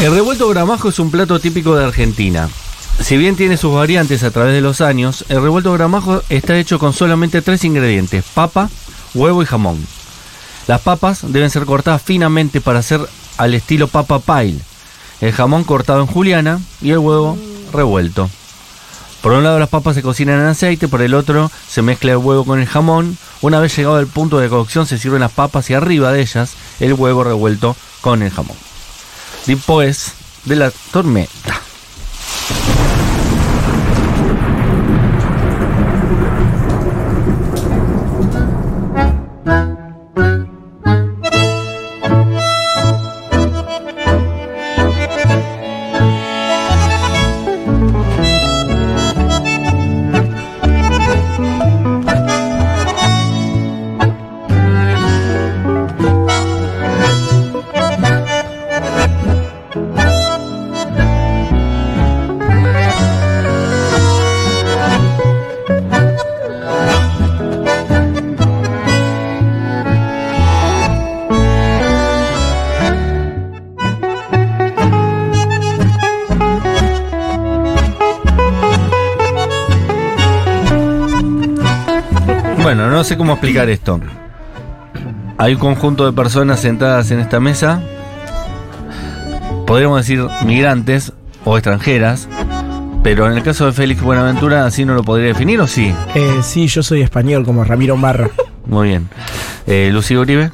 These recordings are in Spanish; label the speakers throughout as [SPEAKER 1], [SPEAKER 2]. [SPEAKER 1] El revuelto gramajo es un plato típico de Argentina. Si bien tiene sus variantes a través de los años, el revuelto gramajo está hecho con solamente tres ingredientes, papa, huevo y jamón. Las papas deben ser cortadas finamente para hacer al estilo papa pile, el jamón cortado en juliana y el huevo revuelto. Por un lado las papas se cocinan en aceite, por el otro se mezcla el huevo con el jamón. Una vez llegado el punto de cocción se sirven las papas y arriba de ellas el huevo revuelto con el jamón. Después de la tormenta. Bueno, no sé cómo explicar esto. Hay un conjunto de personas sentadas en esta mesa, podríamos decir migrantes o extranjeras, pero en el caso de Félix Buenaventura así no lo podría definir o sí.
[SPEAKER 2] Eh, sí, yo soy español, como Ramiro Barra.
[SPEAKER 1] Muy bien. Eh, Lucía Uribe,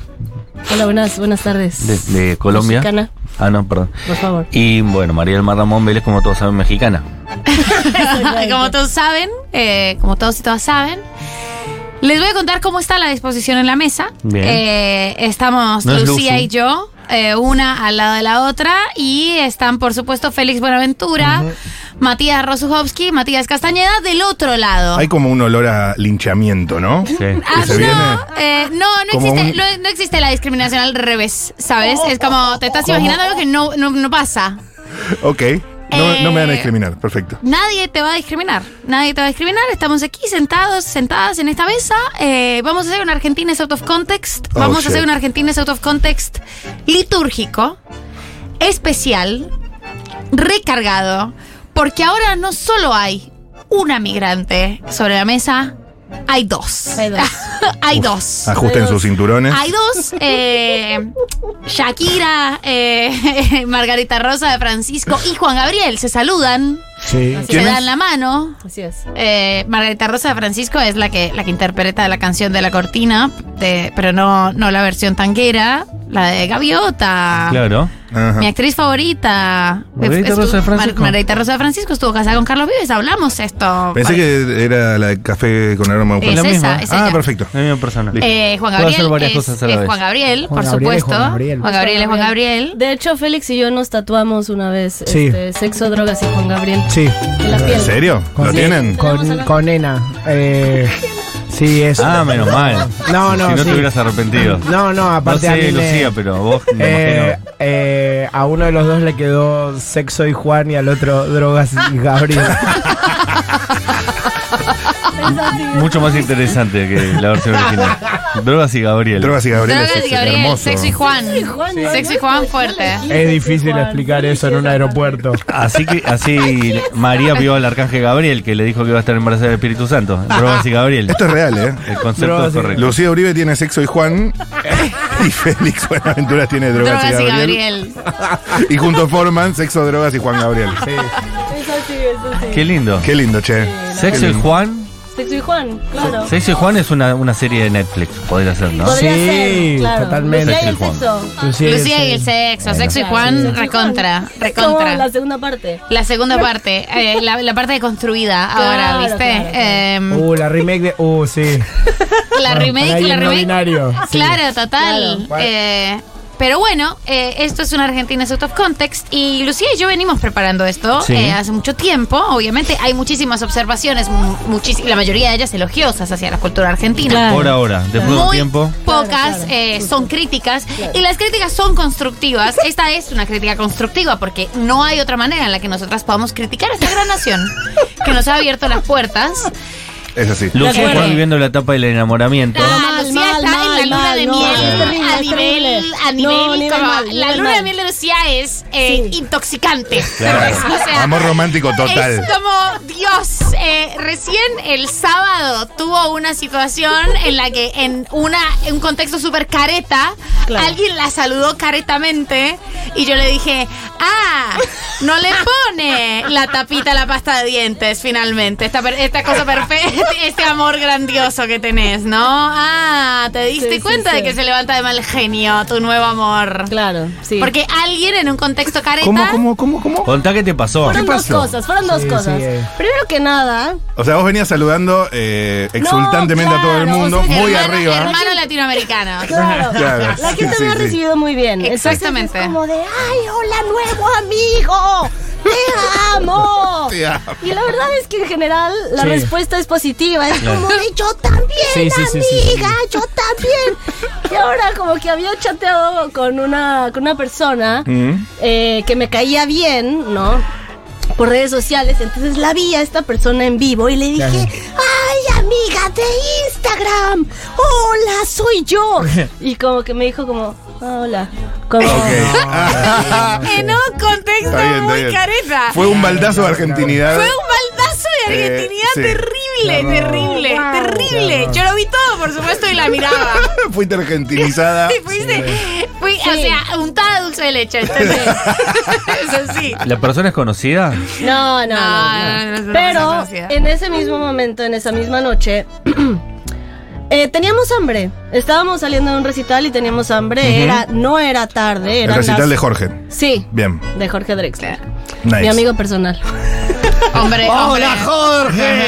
[SPEAKER 3] Hola, buenas, buenas tardes.
[SPEAKER 1] de, de Colombia.
[SPEAKER 3] Mexicana,
[SPEAKER 1] Ah, no, perdón.
[SPEAKER 3] por favor.
[SPEAKER 1] Y bueno, María del Mar Ramón Vélez, como todos saben, mexicana.
[SPEAKER 4] como todos saben, eh, como todos y todas saben. Les voy a contar cómo está la disposición en la mesa.
[SPEAKER 1] Bien.
[SPEAKER 4] Eh, estamos
[SPEAKER 1] No es
[SPEAKER 4] Lucía
[SPEAKER 1] Luzu.
[SPEAKER 4] y yo, eh, una al lado de la otra, y están, por supuesto, Félix Buenaventura, Matías Rosuchowski, Matías Castañeda, del otro lado.
[SPEAKER 5] Hay como un olor a linchamiento, ¿no?
[SPEAKER 1] Sí.
[SPEAKER 4] Ah,
[SPEAKER 5] se
[SPEAKER 4] no,
[SPEAKER 5] viene.
[SPEAKER 4] eh, no, no
[SPEAKER 5] Como
[SPEAKER 4] existe,
[SPEAKER 5] un-
[SPEAKER 4] no, no existe la discriminación al revés, ¿sabes? Es como te estás imaginando algo que no, no, no pasa.
[SPEAKER 5] Ok. No,
[SPEAKER 4] Eh,
[SPEAKER 5] no me van a discriminar, perfecto.
[SPEAKER 4] Nadie te va a discriminar. Nadie te va a discriminar. Estamos aquí sentados, sentadas en esta mesa. Eh, vamos a hacer un Argentines out of context.
[SPEAKER 5] Oh,
[SPEAKER 4] vamos
[SPEAKER 5] shit.
[SPEAKER 4] a hacer un Argentines out of context litúrgico, especial, recargado, porque ahora no solo hay una migrante sobre la mesa, hay dos.
[SPEAKER 3] Hay dos.
[SPEAKER 4] Hay dos.
[SPEAKER 5] Ajusten sus cinturones.
[SPEAKER 4] Hay dos, eh, Shakira, eh, Margarita Rosa de Francisco y Juan Gabriel se saludan,
[SPEAKER 2] Sí.
[SPEAKER 4] se
[SPEAKER 5] ¿Quién es?
[SPEAKER 4] dan la mano.
[SPEAKER 3] Así es.
[SPEAKER 4] Eh, Margarita Rosa de Francisco es la que, la que interpreta la canción de la cortina, de- pero no, no la versión tanguera, la de Gaviota.
[SPEAKER 1] Claro.
[SPEAKER 5] Ajá.
[SPEAKER 4] Mi actriz favorita.
[SPEAKER 1] Margarita
[SPEAKER 4] Estuvo-
[SPEAKER 1] Rosa de Francisco.
[SPEAKER 4] Margarita Rosa de Francisco estuvo casada con Carlos Vives, hablamos esto.
[SPEAKER 5] Pensé que era la de café con aroma
[SPEAKER 4] Es
[SPEAKER 5] eucalipto.
[SPEAKER 1] la misma.
[SPEAKER 4] esa, es
[SPEAKER 5] Ah,
[SPEAKER 4] ella.
[SPEAKER 5] perfecto.
[SPEAKER 1] La misma persona.
[SPEAKER 4] Eh, Juan
[SPEAKER 1] Puede
[SPEAKER 4] Gabriel
[SPEAKER 1] hacer varias
[SPEAKER 4] es,
[SPEAKER 1] cosas a la
[SPEAKER 4] es
[SPEAKER 1] vez.
[SPEAKER 4] Juan Gabriel,
[SPEAKER 2] Juan
[SPEAKER 4] por
[SPEAKER 2] Gabriel es
[SPEAKER 4] supuesto.
[SPEAKER 2] Juan Gabriel.
[SPEAKER 4] Juan Gabriel es Juan Gabriel.
[SPEAKER 3] De hecho, Félix y yo nos tatuamos una vez
[SPEAKER 2] Sí.
[SPEAKER 3] este, sexo, drogas y Juan Gabriel.
[SPEAKER 2] Sí.
[SPEAKER 3] En la
[SPEAKER 5] ¿En
[SPEAKER 3] piel.
[SPEAKER 5] serio? ¿Lo
[SPEAKER 2] Sí.
[SPEAKER 5] tienen?
[SPEAKER 2] Con, con Ena. Eh, sí, eso.
[SPEAKER 1] Ah, menos mal.
[SPEAKER 2] No, no,
[SPEAKER 1] Si no
[SPEAKER 2] sí.
[SPEAKER 1] te hubieras arrepentido.
[SPEAKER 2] No, no,
[SPEAKER 1] No
[SPEAKER 2] aparte
[SPEAKER 1] sé,
[SPEAKER 2] a mí me-
[SPEAKER 1] Lucía, pero vos me
[SPEAKER 2] eh,
[SPEAKER 1] imagino.
[SPEAKER 2] eh, a uno de los dos le quedó sexo y Juan y al otro drogas y Gabriel.
[SPEAKER 1] Mucho más interesante que la versión original. Drogas y Gabriel.
[SPEAKER 5] Drogas y Gabriel.
[SPEAKER 4] Drogas
[SPEAKER 5] es
[SPEAKER 4] y Gabriel,
[SPEAKER 5] hermoso.
[SPEAKER 4] sexo y Juan.
[SPEAKER 3] Juan, no,
[SPEAKER 4] Sexo y
[SPEAKER 3] no,
[SPEAKER 4] Juan
[SPEAKER 3] no,
[SPEAKER 4] fuerte.
[SPEAKER 3] no, no,
[SPEAKER 2] es difícil explicar eso en un aeropuerto.
[SPEAKER 1] Así que así María vio al arcángel Gabriel que le dijo que iba a estar embarazada del Espíritu Santo. Drogas y Gabriel.
[SPEAKER 5] Esto es real, ¿eh?
[SPEAKER 1] El concepto
[SPEAKER 2] Drogas
[SPEAKER 1] es
[SPEAKER 2] y-
[SPEAKER 1] correcto.
[SPEAKER 5] Lucía Uribe tiene sexo y Juan. Y Félix Buenaventura tiene drogas,
[SPEAKER 4] Drogas
[SPEAKER 5] y
[SPEAKER 4] y
[SPEAKER 5] Gabriel.
[SPEAKER 4] Gabriel.
[SPEAKER 5] Y juntos forman sexo, drogas y Juan Gabriel.
[SPEAKER 3] Eso sí, eso sí.
[SPEAKER 1] Qué lindo.
[SPEAKER 5] Qué lindo, che.
[SPEAKER 1] Sexo y Juan.
[SPEAKER 3] Sexo y Juan, claro.
[SPEAKER 1] Sexo y Juan es una, una serie de Netflix, podría ser, ¿no?
[SPEAKER 3] Podría
[SPEAKER 2] Sí,
[SPEAKER 3] ser, claro.
[SPEAKER 2] totalmente.
[SPEAKER 3] Lucía y el
[SPEAKER 1] Juan.
[SPEAKER 3] sexo.
[SPEAKER 2] Lucía,
[SPEAKER 4] Lucía y el sexo, sexo y
[SPEAKER 3] Claro, sí,
[SPEAKER 4] Juan,
[SPEAKER 3] sexo y
[SPEAKER 4] recontra,
[SPEAKER 3] Juan. Es como
[SPEAKER 4] recontra.
[SPEAKER 3] la segunda parte.
[SPEAKER 4] La segunda parte, eh, la, la parte construida ahora,
[SPEAKER 3] Claro,
[SPEAKER 4] ¿viste?
[SPEAKER 3] claro, claro.
[SPEAKER 4] Em,
[SPEAKER 2] Uh, la remake de. Uh, sí.
[SPEAKER 4] la
[SPEAKER 2] Uh, Bueno, por
[SPEAKER 4] remake,
[SPEAKER 2] ahí
[SPEAKER 4] la
[SPEAKER 2] en no
[SPEAKER 4] remake. Ah,
[SPEAKER 2] binario, sí.
[SPEAKER 4] Claro, total.
[SPEAKER 2] Claro.
[SPEAKER 4] Eh, pero bueno, eh, esto es una Argentina out of context y Lucía y yo venimos preparando esto
[SPEAKER 1] Sí.
[SPEAKER 4] eh, hace mucho tiempo. Obviamente hay muchísimas observaciones, mu- muchis- la mayoría de ellas elogiosas hacia la cultura argentina.
[SPEAKER 3] Claro.
[SPEAKER 1] Por ahora, después de un
[SPEAKER 4] Muy
[SPEAKER 1] tiempo.
[SPEAKER 4] pocas
[SPEAKER 3] Claro, claro.
[SPEAKER 4] eh, son críticas y las críticas son constructivas. Esta es una crítica constructiva porque no hay otra manera en la que nosotras podamos criticar a esta gran nación que nos ha abierto las puertas.
[SPEAKER 5] Es así.
[SPEAKER 1] Lucía
[SPEAKER 3] acuerdo.
[SPEAKER 1] está viviendo la etapa del enamoramiento.
[SPEAKER 4] Ah,
[SPEAKER 3] mal,
[SPEAKER 4] Lucía
[SPEAKER 3] mal,
[SPEAKER 4] está en la luna
[SPEAKER 3] mal,
[SPEAKER 4] de
[SPEAKER 3] no,
[SPEAKER 4] miel
[SPEAKER 3] es terrible,
[SPEAKER 4] a
[SPEAKER 3] es
[SPEAKER 4] nivel,
[SPEAKER 3] terrible.
[SPEAKER 4] a nivel,
[SPEAKER 3] No, nivel
[SPEAKER 4] como-
[SPEAKER 3] mal,
[SPEAKER 4] la
[SPEAKER 3] nivel
[SPEAKER 4] luna de
[SPEAKER 3] mal.
[SPEAKER 4] miel de Lucía es eh,
[SPEAKER 3] Sí.
[SPEAKER 4] intoxicante.
[SPEAKER 5] Claro.
[SPEAKER 4] O sea,
[SPEAKER 5] Amor romántico total.
[SPEAKER 4] Es como, Dios, eh, recién el sábado tuvo una situación en la que en una en un contexto súper careta,
[SPEAKER 3] Claro.
[SPEAKER 4] alguien la saludó caretamente y yo le dije, ah, no le pone la tapita a la pasta de dientes finalmente, esta, per- esta cosa perfecta, este amor grandioso que tenés, ¿no? Ah, te diste
[SPEAKER 3] Sí, sí,
[SPEAKER 4] cuenta de
[SPEAKER 3] sí.
[SPEAKER 4] que se levanta de mal genio tu nuevo amor.
[SPEAKER 3] Claro, sí.
[SPEAKER 4] Porque alguien en un contexto careta...
[SPEAKER 5] ¿Cómo, cómo, cómo, cómo?
[SPEAKER 1] Contá qué te pasó.
[SPEAKER 3] fueron
[SPEAKER 5] ¿Qué
[SPEAKER 3] dos
[SPEAKER 5] pasó?
[SPEAKER 3] cosas, fueron dos
[SPEAKER 2] Sí,
[SPEAKER 3] cosas.
[SPEAKER 2] sí, eh.
[SPEAKER 3] Primero que nada,
[SPEAKER 5] O sea, vos venías saludando eh, exultantemente a todo el
[SPEAKER 3] claro,
[SPEAKER 5] mundo,
[SPEAKER 3] o sea,
[SPEAKER 5] muy
[SPEAKER 4] hermano,
[SPEAKER 5] arriba.
[SPEAKER 4] Hermano latinoamericano.
[SPEAKER 3] Claro.
[SPEAKER 5] Claro,
[SPEAKER 3] La gente
[SPEAKER 5] sí,
[SPEAKER 3] me ha
[SPEAKER 5] sí.
[SPEAKER 3] recibido muy bien. Entonces,
[SPEAKER 4] Exactamente.
[SPEAKER 3] es como de, ay, hola nuevo amigo, te amo.
[SPEAKER 5] Te amo.
[SPEAKER 3] Y la verdad es que en general la
[SPEAKER 2] Sí.
[SPEAKER 3] respuesta es positiva. Es como de, yo también,
[SPEAKER 2] Sí, sí, sí, sí, sí,
[SPEAKER 3] amiga, yo también. Y ahora como que había chateado con una, con una persona
[SPEAKER 5] Mm.
[SPEAKER 1] Mm.
[SPEAKER 3] eh, que me caía bien, ¿no? Por redes sociales, entonces la vi a esta persona en vivo y le dije,
[SPEAKER 2] Claro.
[SPEAKER 3] ¡ay, amiga de Instagram! ¡Hola, soy yo! Y como que me dijo como, "Ah, hola. Como,
[SPEAKER 5] Ok.
[SPEAKER 4] ah, en un contexto
[SPEAKER 5] Ah, Está bien, está
[SPEAKER 4] muy
[SPEAKER 5] bien.
[SPEAKER 4] careta. Fue,
[SPEAKER 5] Fue un baldazo de argentinidad.
[SPEAKER 4] un baldazo de
[SPEAKER 5] Eh,
[SPEAKER 4] argentinidad
[SPEAKER 5] sí.
[SPEAKER 4] terrible,
[SPEAKER 2] Qué horror.
[SPEAKER 4] terrible,
[SPEAKER 3] Wow.
[SPEAKER 4] terrible.
[SPEAKER 2] Qué horror.
[SPEAKER 4] Yo lo vi todo, por supuesto, y la miraba.
[SPEAKER 5] Fuiste argentinizada.
[SPEAKER 4] Y fuiste, fui, o
[SPEAKER 3] Sí.
[SPEAKER 4] sea, untada de dulce de leche. entonces. Eso sí.
[SPEAKER 1] ¿La persona es conocida?
[SPEAKER 3] No, no,
[SPEAKER 4] No,
[SPEAKER 3] no.
[SPEAKER 4] no,
[SPEAKER 3] no.
[SPEAKER 4] es
[SPEAKER 3] Pero
[SPEAKER 4] una persona conocida.
[SPEAKER 3] en ese mismo momento, en esa misma noche, eh, teníamos hambre. Estábamos saliendo de un recital y teníamos hambre. Era, no era tarde.
[SPEAKER 5] El
[SPEAKER 3] Eran
[SPEAKER 5] recital
[SPEAKER 3] las-
[SPEAKER 5] de Jorge.
[SPEAKER 3] Sí,
[SPEAKER 5] Bien.
[SPEAKER 3] de Jorge Drexler.
[SPEAKER 5] Nice.
[SPEAKER 3] Mi amigo personal.
[SPEAKER 4] Hombre, hombre.
[SPEAKER 5] Jorge!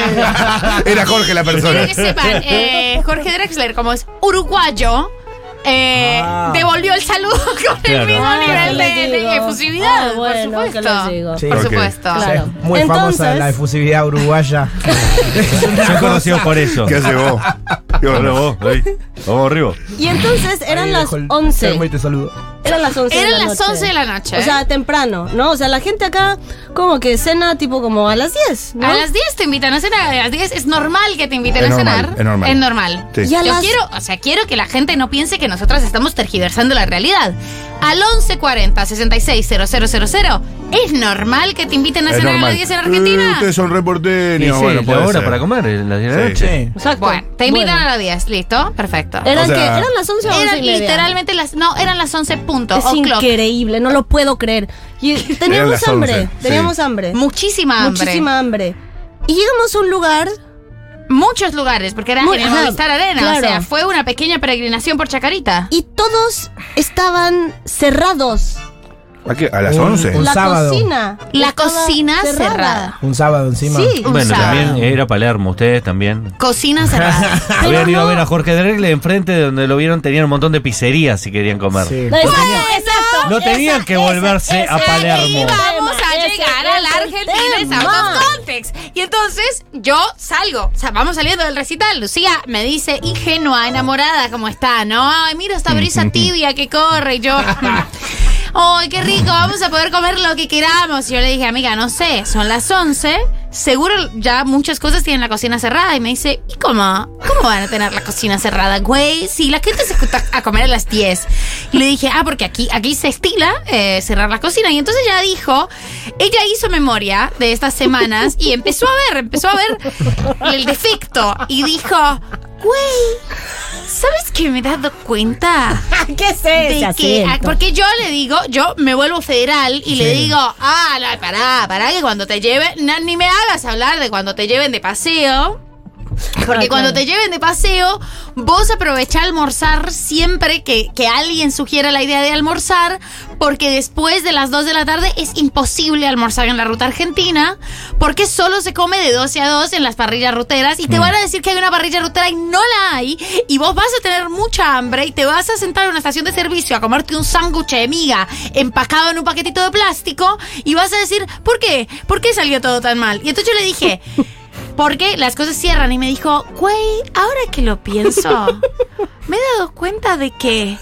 [SPEAKER 5] Era Jorge la persona.
[SPEAKER 4] Quiero que sepan, eh, Jorge Drexler, como es uruguayo, eh,
[SPEAKER 2] Ah.
[SPEAKER 4] devolvió el saludo con el
[SPEAKER 1] Claro.
[SPEAKER 4] mismo
[SPEAKER 1] Ah,
[SPEAKER 4] nivel
[SPEAKER 3] ¿qué les
[SPEAKER 4] de,
[SPEAKER 3] digo?
[SPEAKER 4] de efusividad,
[SPEAKER 3] Ah, bueno,
[SPEAKER 4] por
[SPEAKER 3] ¿qué
[SPEAKER 4] supuesto.
[SPEAKER 3] les digo?
[SPEAKER 2] Sí.
[SPEAKER 4] Por
[SPEAKER 5] Ok.
[SPEAKER 4] supuesto.
[SPEAKER 2] O sea,
[SPEAKER 3] Claro.
[SPEAKER 2] Muy famosa
[SPEAKER 3] Entonces-
[SPEAKER 2] la efusividad uruguaya.
[SPEAKER 1] Yo he conocido por eso.
[SPEAKER 5] ¿Qué hace vos? ¿Qué hace
[SPEAKER 1] Bueno,
[SPEAKER 5] vos?
[SPEAKER 1] vos, ahí. Vamos arriba.
[SPEAKER 3] Y entonces eran
[SPEAKER 2] Ahí
[SPEAKER 3] las
[SPEAKER 2] Eh, dejo el termo y
[SPEAKER 3] 11.
[SPEAKER 2] te saludo.
[SPEAKER 3] Eran las 11 de la
[SPEAKER 4] Eran las
[SPEAKER 3] noche.
[SPEAKER 4] 11 de la noche.
[SPEAKER 3] O sea, temprano, ¿no? O sea, la gente acá como que cena tipo como a las 10, ¿no?
[SPEAKER 4] A las 10 te invitan a cenar, a las 10 es normal que te inviten
[SPEAKER 5] Es
[SPEAKER 4] a
[SPEAKER 5] normal,
[SPEAKER 4] cenar.
[SPEAKER 5] es normal.
[SPEAKER 4] Es normal.
[SPEAKER 5] Sí.
[SPEAKER 3] Y a
[SPEAKER 4] Yo
[SPEAKER 3] las-
[SPEAKER 4] quiero, o sea, quiero que la gente no piense que nosotras estamos tergiversando la realidad. Al 1140 660000 es normal que te inviten a
[SPEAKER 5] Es
[SPEAKER 4] cenar a
[SPEAKER 5] normal.
[SPEAKER 4] las 10 en
[SPEAKER 5] Eh,
[SPEAKER 4] Argentina.
[SPEAKER 5] ustedes son
[SPEAKER 1] Y
[SPEAKER 5] reporteños.
[SPEAKER 1] sí,
[SPEAKER 5] bueno, puede
[SPEAKER 1] la hora
[SPEAKER 5] ser.
[SPEAKER 1] para comer, es las 10 de la
[SPEAKER 5] Sí.
[SPEAKER 1] noche.
[SPEAKER 2] Sí.
[SPEAKER 3] Exacto.
[SPEAKER 4] Bueno, te invitan
[SPEAKER 3] Bueno.
[SPEAKER 4] a las 10, listo, perfecto.
[SPEAKER 3] ¿Eran,
[SPEAKER 5] O sea,
[SPEAKER 3] qué? eran las 11 o 11 y
[SPEAKER 4] Eran
[SPEAKER 3] media.
[SPEAKER 4] literalmente las. No, eran las 11 puntos.
[SPEAKER 3] Es increíble, no lo puedo creer. Y
[SPEAKER 5] Eran
[SPEAKER 3] teníamos
[SPEAKER 5] las
[SPEAKER 3] hambre,
[SPEAKER 5] 11,
[SPEAKER 3] teníamos
[SPEAKER 5] sí.
[SPEAKER 3] hambre.
[SPEAKER 4] Muchísima hambre.
[SPEAKER 3] Muchísima hambre. Y llegamos a un lugar
[SPEAKER 4] Muchos lugares, porque era
[SPEAKER 3] Muy-
[SPEAKER 4] en el
[SPEAKER 3] ajá,
[SPEAKER 4] Movistar Arena. O
[SPEAKER 3] claro.
[SPEAKER 4] sea, fue una pequeña peregrinación por Chacarita.
[SPEAKER 3] y todos estaban cerrados.
[SPEAKER 5] ¿A, qué? ¿A las
[SPEAKER 2] Un-
[SPEAKER 5] 11?
[SPEAKER 2] un-
[SPEAKER 3] la
[SPEAKER 2] sábado.
[SPEAKER 3] cocina.
[SPEAKER 4] La
[SPEAKER 3] estaba
[SPEAKER 4] cocina cerrada.
[SPEAKER 2] Un sábado encima.
[SPEAKER 3] Sí.
[SPEAKER 4] Un
[SPEAKER 1] Bueno,
[SPEAKER 4] sábado.
[SPEAKER 1] también era Palermo, ustedes también.
[SPEAKER 4] Cocina cerrada.
[SPEAKER 1] Habían ido a ver a Jorge Drexler enfrente de donde lo vieron, tenían un montón de pizzerías si querían comer.
[SPEAKER 2] Sí.
[SPEAKER 3] No, esa- exacto.
[SPEAKER 1] No tenían
[SPEAKER 3] Esa-
[SPEAKER 1] que
[SPEAKER 3] esa-
[SPEAKER 1] volverse
[SPEAKER 3] esa-
[SPEAKER 1] a Palermo.
[SPEAKER 4] Vamos a
[SPEAKER 3] Ese
[SPEAKER 4] llegar
[SPEAKER 3] es
[SPEAKER 4] a la
[SPEAKER 3] el
[SPEAKER 4] Argentina es
[SPEAKER 3] tema.
[SPEAKER 4] out of context. Y entonces yo salgo. O sea, vamos saliendo del recital. Lucía me dice, ingenua, enamorada como está, ¿no? Ay, mira esta brisa tibia que corre. Y yo. ¡Ay, qué rico! Vamos a poder comer lo que queramos. Y yo le dije, amiga, no sé, son las 11. Seguro ya muchas cosas tienen la cocina cerrada. Y me dice, ¿y cómo? ¿Cómo van a tener la cocina cerrada, güey? Si la gente se junta a comer a las 10. Y le dije, ah, porque aquí, aquí se estila eh, cerrar la cocina. Y entonces ella dijo, ella hizo memoria de estas semanas y empezó a ver, empezó a ver el defecto. Y dijo, güey, ¿sabes qué me he dado cuenta?
[SPEAKER 3] ¿Qué es ese
[SPEAKER 4] de que, ah,
[SPEAKER 3] asiento?
[SPEAKER 4] porque yo le digo, yo me vuelvo federal y le digo, ah, no, pará, pará, que cuando te lleven, na- ni me hagas hablar de cuando te lleven de paseo. Porque
[SPEAKER 3] Claro.
[SPEAKER 4] cuando te lleven de paseo, vos aprovechá a almorzar siempre que, que alguien sugiera la idea de almorzar, porque después de las 2 de la tarde es imposible almorzar en la ruta argentina, porque solo se come de 12 a 2 en las parrillas ruteras y te van a decir que hay una parrilla rutera y no la hay, y vos vas a tener mucha hambre y te vas a sentar en una estación de servicio a comerte un sándwich de miga empacado en un paquetito de plástico y vas a decir, ¿por qué? ¿Por qué salió todo tan mal? Y entonces yo le dije... Porque las cosas cierran y me dijo, güey, ahora que lo pienso, me he dado cuenta de que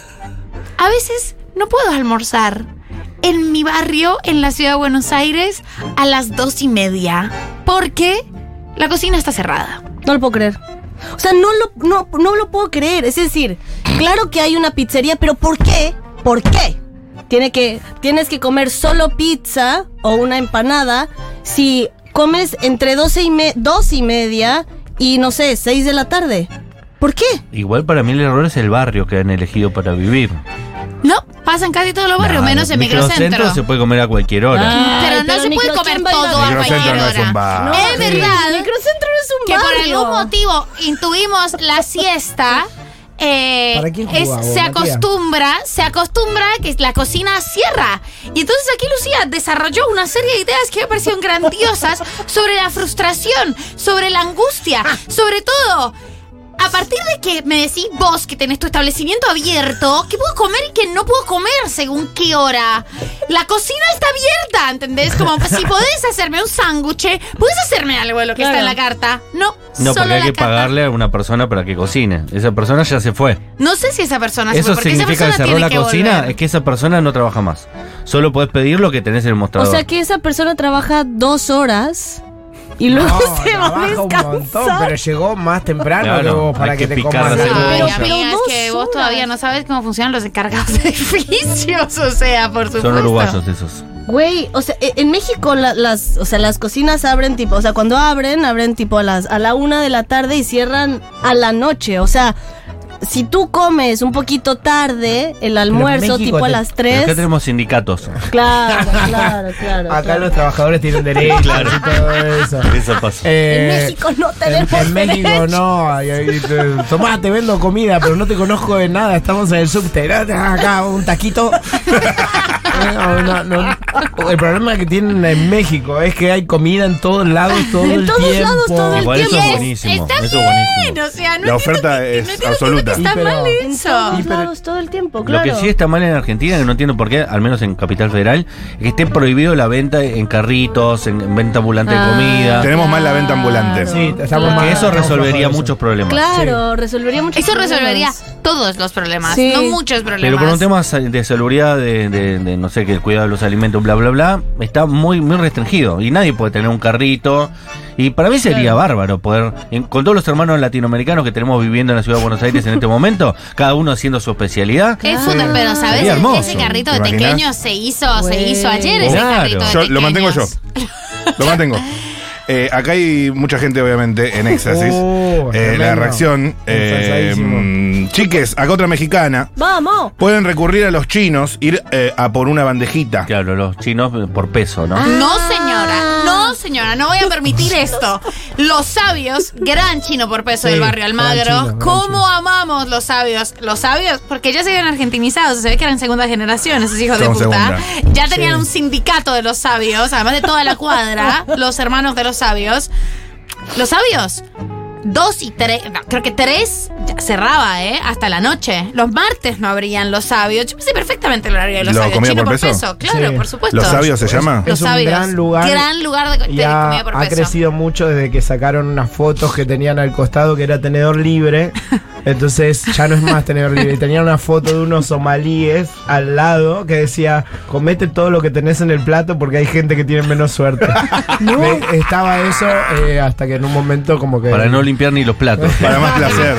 [SPEAKER 4] a veces no puedo almorzar en mi barrio, en la ciudad de Buenos Aires, a las dos y media, porque la cocina está cerrada.
[SPEAKER 3] No lo puedo creer. O sea, no lo, no, no lo puedo creer. Es decir, Claro que hay una pizzería, pero ¿por qué? ¿Por qué? Tiene que, tienes que comer solo pizza o una empanada si comes entre 12 y, me, dos y media y no sé, 6 de la tarde. ¿Por qué?
[SPEAKER 1] Igual para mí el error es el barrio que han elegido para vivir.
[SPEAKER 4] No, pasa en casi todos los barrios,
[SPEAKER 1] Nah,
[SPEAKER 4] menos en microcentro. Ah.
[SPEAKER 1] se puede comer a cualquier hora.
[SPEAKER 3] Ay,
[SPEAKER 4] Pero no se puede
[SPEAKER 3] micro-
[SPEAKER 4] comer
[SPEAKER 3] ¿quién va a ir a
[SPEAKER 4] todo a
[SPEAKER 3] microcentro?
[SPEAKER 4] cualquier
[SPEAKER 5] no es un
[SPEAKER 4] hora.
[SPEAKER 5] bar.
[SPEAKER 3] No,
[SPEAKER 4] Es
[SPEAKER 3] sí.
[SPEAKER 4] verdad.
[SPEAKER 3] Microcentro no
[SPEAKER 4] que
[SPEAKER 3] es un
[SPEAKER 4] por
[SPEAKER 3] barrio.
[SPEAKER 4] algún motivo intuimos la siesta. eh,
[SPEAKER 2] ¿Para quién
[SPEAKER 4] es-
[SPEAKER 2] jugás vos,
[SPEAKER 4] se
[SPEAKER 2] Matías?
[SPEAKER 4] acostumbra, se acostumbra que la cocina cierra. Y entonces aquí Lucía desarrolló una serie de ideas que me parecieron grandiosas sobre la frustración, sobre la angustia,
[SPEAKER 3] Ah.
[SPEAKER 4] sobre todo. A partir de que me decís vos que tenés tu establecimiento abierto, que puedo comer y que no puedo comer según qué hora. La cocina está abierta, ¿entendés? Como si podés hacerme un sándwich, podés hacerme algo de lo que
[SPEAKER 3] Claro.
[SPEAKER 4] está en la carta. No,
[SPEAKER 1] No,
[SPEAKER 4] solo
[SPEAKER 1] porque hay
[SPEAKER 4] la
[SPEAKER 1] que
[SPEAKER 4] carta.
[SPEAKER 1] pagarle a una persona para que cocine. Esa persona ya se fue.
[SPEAKER 4] No sé si esa persona se
[SPEAKER 1] Eso
[SPEAKER 4] fue, Ah, porque esa
[SPEAKER 1] significa que
[SPEAKER 4] persona
[SPEAKER 1] cerró
[SPEAKER 4] tiene
[SPEAKER 1] la
[SPEAKER 4] que
[SPEAKER 1] cocina,
[SPEAKER 4] volver.
[SPEAKER 1] es que esa persona no trabaja más. Solo puedes pedir lo que tenés en el
[SPEAKER 3] O
[SPEAKER 1] mostrador.
[SPEAKER 3] sea que esa persona trabaja dos horas y luego se va a
[SPEAKER 2] trabaja
[SPEAKER 3] descansar.
[SPEAKER 2] un montón, pero llegó más temprano
[SPEAKER 1] Claro,
[SPEAKER 2] que vos
[SPEAKER 1] hay
[SPEAKER 2] para
[SPEAKER 1] que
[SPEAKER 2] que, te
[SPEAKER 1] picar
[SPEAKER 2] comas
[SPEAKER 1] la
[SPEAKER 2] algo.
[SPEAKER 1] cebolla.
[SPEAKER 4] Ay,
[SPEAKER 1] cosas.
[SPEAKER 4] amiga,
[SPEAKER 3] Pero
[SPEAKER 4] es que
[SPEAKER 3] dos
[SPEAKER 4] vos todavía
[SPEAKER 3] horas.
[SPEAKER 4] no sabes cómo funcionan los encargados de edificios, o sea, por supuesto.
[SPEAKER 1] Son uruguayos esos.
[SPEAKER 3] Güey, o sea, e- en México la- las, o sea, las cocinas abren tipo, o sea, cuando abren, abren tipo a las a la una de la tarde y cierran a la noche. O sea, si tú comes un poquito tarde el
[SPEAKER 2] México
[SPEAKER 3] almuerzo, tipo a
[SPEAKER 2] te-
[SPEAKER 3] las
[SPEAKER 1] Pero Acá
[SPEAKER 3] tres.
[SPEAKER 1] tenemos sindicatos.
[SPEAKER 3] Claro, claro, claro.
[SPEAKER 2] Acá
[SPEAKER 3] claro.
[SPEAKER 2] los trabajadores tienen derechos y todo eso.
[SPEAKER 1] Eso pasó.
[SPEAKER 2] Eh,
[SPEAKER 3] En México no
[SPEAKER 2] En,
[SPEAKER 3] tenemos.
[SPEAKER 2] en México no, ahí- ahí te- tomá, te vendo comida, pero no te conozco de nada, estamos en el subte, ¿no? Ah, acá un taquito. No, no, no. El problema que tienen en México es que hay comida en todos lados todo
[SPEAKER 3] En
[SPEAKER 2] el
[SPEAKER 3] todos
[SPEAKER 2] tiempo.
[SPEAKER 3] lados, todo el
[SPEAKER 1] Igual eso es
[SPEAKER 3] tiempo.
[SPEAKER 1] buenísimo.
[SPEAKER 4] Está
[SPEAKER 1] Eso es
[SPEAKER 4] bien,
[SPEAKER 1] buenísimo.
[SPEAKER 4] o sea, no
[SPEAKER 5] La
[SPEAKER 4] entiendo
[SPEAKER 5] oferta
[SPEAKER 4] que-
[SPEAKER 5] es
[SPEAKER 4] no entiendo por qué
[SPEAKER 5] absoluta.
[SPEAKER 4] Está
[SPEAKER 2] Sí, pero-
[SPEAKER 4] mal
[SPEAKER 3] En
[SPEAKER 4] eso.
[SPEAKER 3] todos
[SPEAKER 2] pero-
[SPEAKER 3] lados, todo el tiempo,
[SPEAKER 1] Lo
[SPEAKER 3] claro.
[SPEAKER 1] que sí está mal en Argentina, que no entiendo por qué, al menos en Capital Federal, es que esté prohibido la venta en carritos, en, en venta ambulante
[SPEAKER 3] Ah.
[SPEAKER 1] de comida.
[SPEAKER 5] Tenemos más la venta ambulante.
[SPEAKER 2] Sí, estamos
[SPEAKER 3] Claro.
[SPEAKER 2] más-
[SPEAKER 1] Que eso
[SPEAKER 2] estamos
[SPEAKER 1] resolvería
[SPEAKER 2] flojos de
[SPEAKER 1] muchos problemas.
[SPEAKER 3] Claro, resolvería muchos
[SPEAKER 4] Eso
[SPEAKER 3] problemas.
[SPEAKER 4] resolvería todos los problemas,
[SPEAKER 3] Sí.
[SPEAKER 4] no muchos problemas.
[SPEAKER 1] Pero por un tema sa- de salubridad, de, de- de, no sé, que el cuidado de los alimentos, bla, bla, bla, está muy, muy restringido. Y nadie puede tener un carrito. Y para mí sería bárbaro poder, en- con todos los hermanos latinoamericanos que tenemos viviendo en la ciudad de Buenos Aires en este momento, cada uno haciendo su especialidad.
[SPEAKER 4] Es
[SPEAKER 3] Ah.
[SPEAKER 4] un pero ¿sabes?
[SPEAKER 1] Sería hermoso.
[SPEAKER 4] Ese carrito de
[SPEAKER 5] ¿Te imaginas?
[SPEAKER 4] tequeños se hizo, se
[SPEAKER 3] Güey.
[SPEAKER 4] hizo ayer ese
[SPEAKER 1] Claro.
[SPEAKER 4] carrito de
[SPEAKER 5] Yo lo mantengo yo.
[SPEAKER 4] tequeños.
[SPEAKER 5] Lo mantengo. Eh, acá hay mucha gente, obviamente, en éxtasis.
[SPEAKER 2] Oh,
[SPEAKER 5] Eh, la
[SPEAKER 2] tremendo.
[SPEAKER 5] reacción. Eh,
[SPEAKER 2] Ensalzadísimo.
[SPEAKER 5] mm, chiques, acá otra mexicana.
[SPEAKER 3] Vamos.
[SPEAKER 5] Pueden recurrir a los chinos, ir eh, a por una bandejita.
[SPEAKER 1] Claro, los chinos eh, por peso, ¿no?
[SPEAKER 4] No, señora, no, señora, no voy a permitir esto. Los sabios, gran chino por peso
[SPEAKER 2] Sí,
[SPEAKER 4] del barrio
[SPEAKER 2] gran chino,
[SPEAKER 4] Almagro,
[SPEAKER 2] gran
[SPEAKER 4] ¿cómo amamos los sabios? Los sabios, porque ya se habían argentinizados, se ve que eran segunda generación esos hijos de
[SPEAKER 5] Son
[SPEAKER 4] puta. Ya tenían
[SPEAKER 2] Sí.
[SPEAKER 4] un sindicato de los sabios, además de toda la cuadra, los hermanos de los sabios. Los sabios, dos y tres, no, creo que tres ya cerraba, ¿eh? Hasta la noche. Los martes no abrían los sabios. Yo sé perfectamente el horario de los
[SPEAKER 5] ¿Lo
[SPEAKER 4] sabios.
[SPEAKER 5] comía
[SPEAKER 4] Chino por
[SPEAKER 5] por
[SPEAKER 4] peso,
[SPEAKER 5] peso?
[SPEAKER 4] claro,
[SPEAKER 2] Sí.
[SPEAKER 4] por supuesto.
[SPEAKER 5] ¿Los sabios se llama?
[SPEAKER 4] Los
[SPEAKER 2] Es un
[SPEAKER 4] sabios.
[SPEAKER 2] gran lugar.
[SPEAKER 4] Gran lugar de, de
[SPEAKER 2] Y ha,
[SPEAKER 4] comida por
[SPEAKER 2] ha
[SPEAKER 4] peso.
[SPEAKER 2] crecido mucho desde que sacaron unas fotos que tenían al costado que era tenedor libre. Entonces ya no es más tenedor libre. Y Tenían una foto de unos somalíes al lado que decía, comete todo lo que tenés en el plato porque hay gente que tiene menos suerte. Ve, Estaba eso eh, hasta que en un momento como que...
[SPEAKER 1] Para no limpiar ni los platos.
[SPEAKER 5] Para más placer.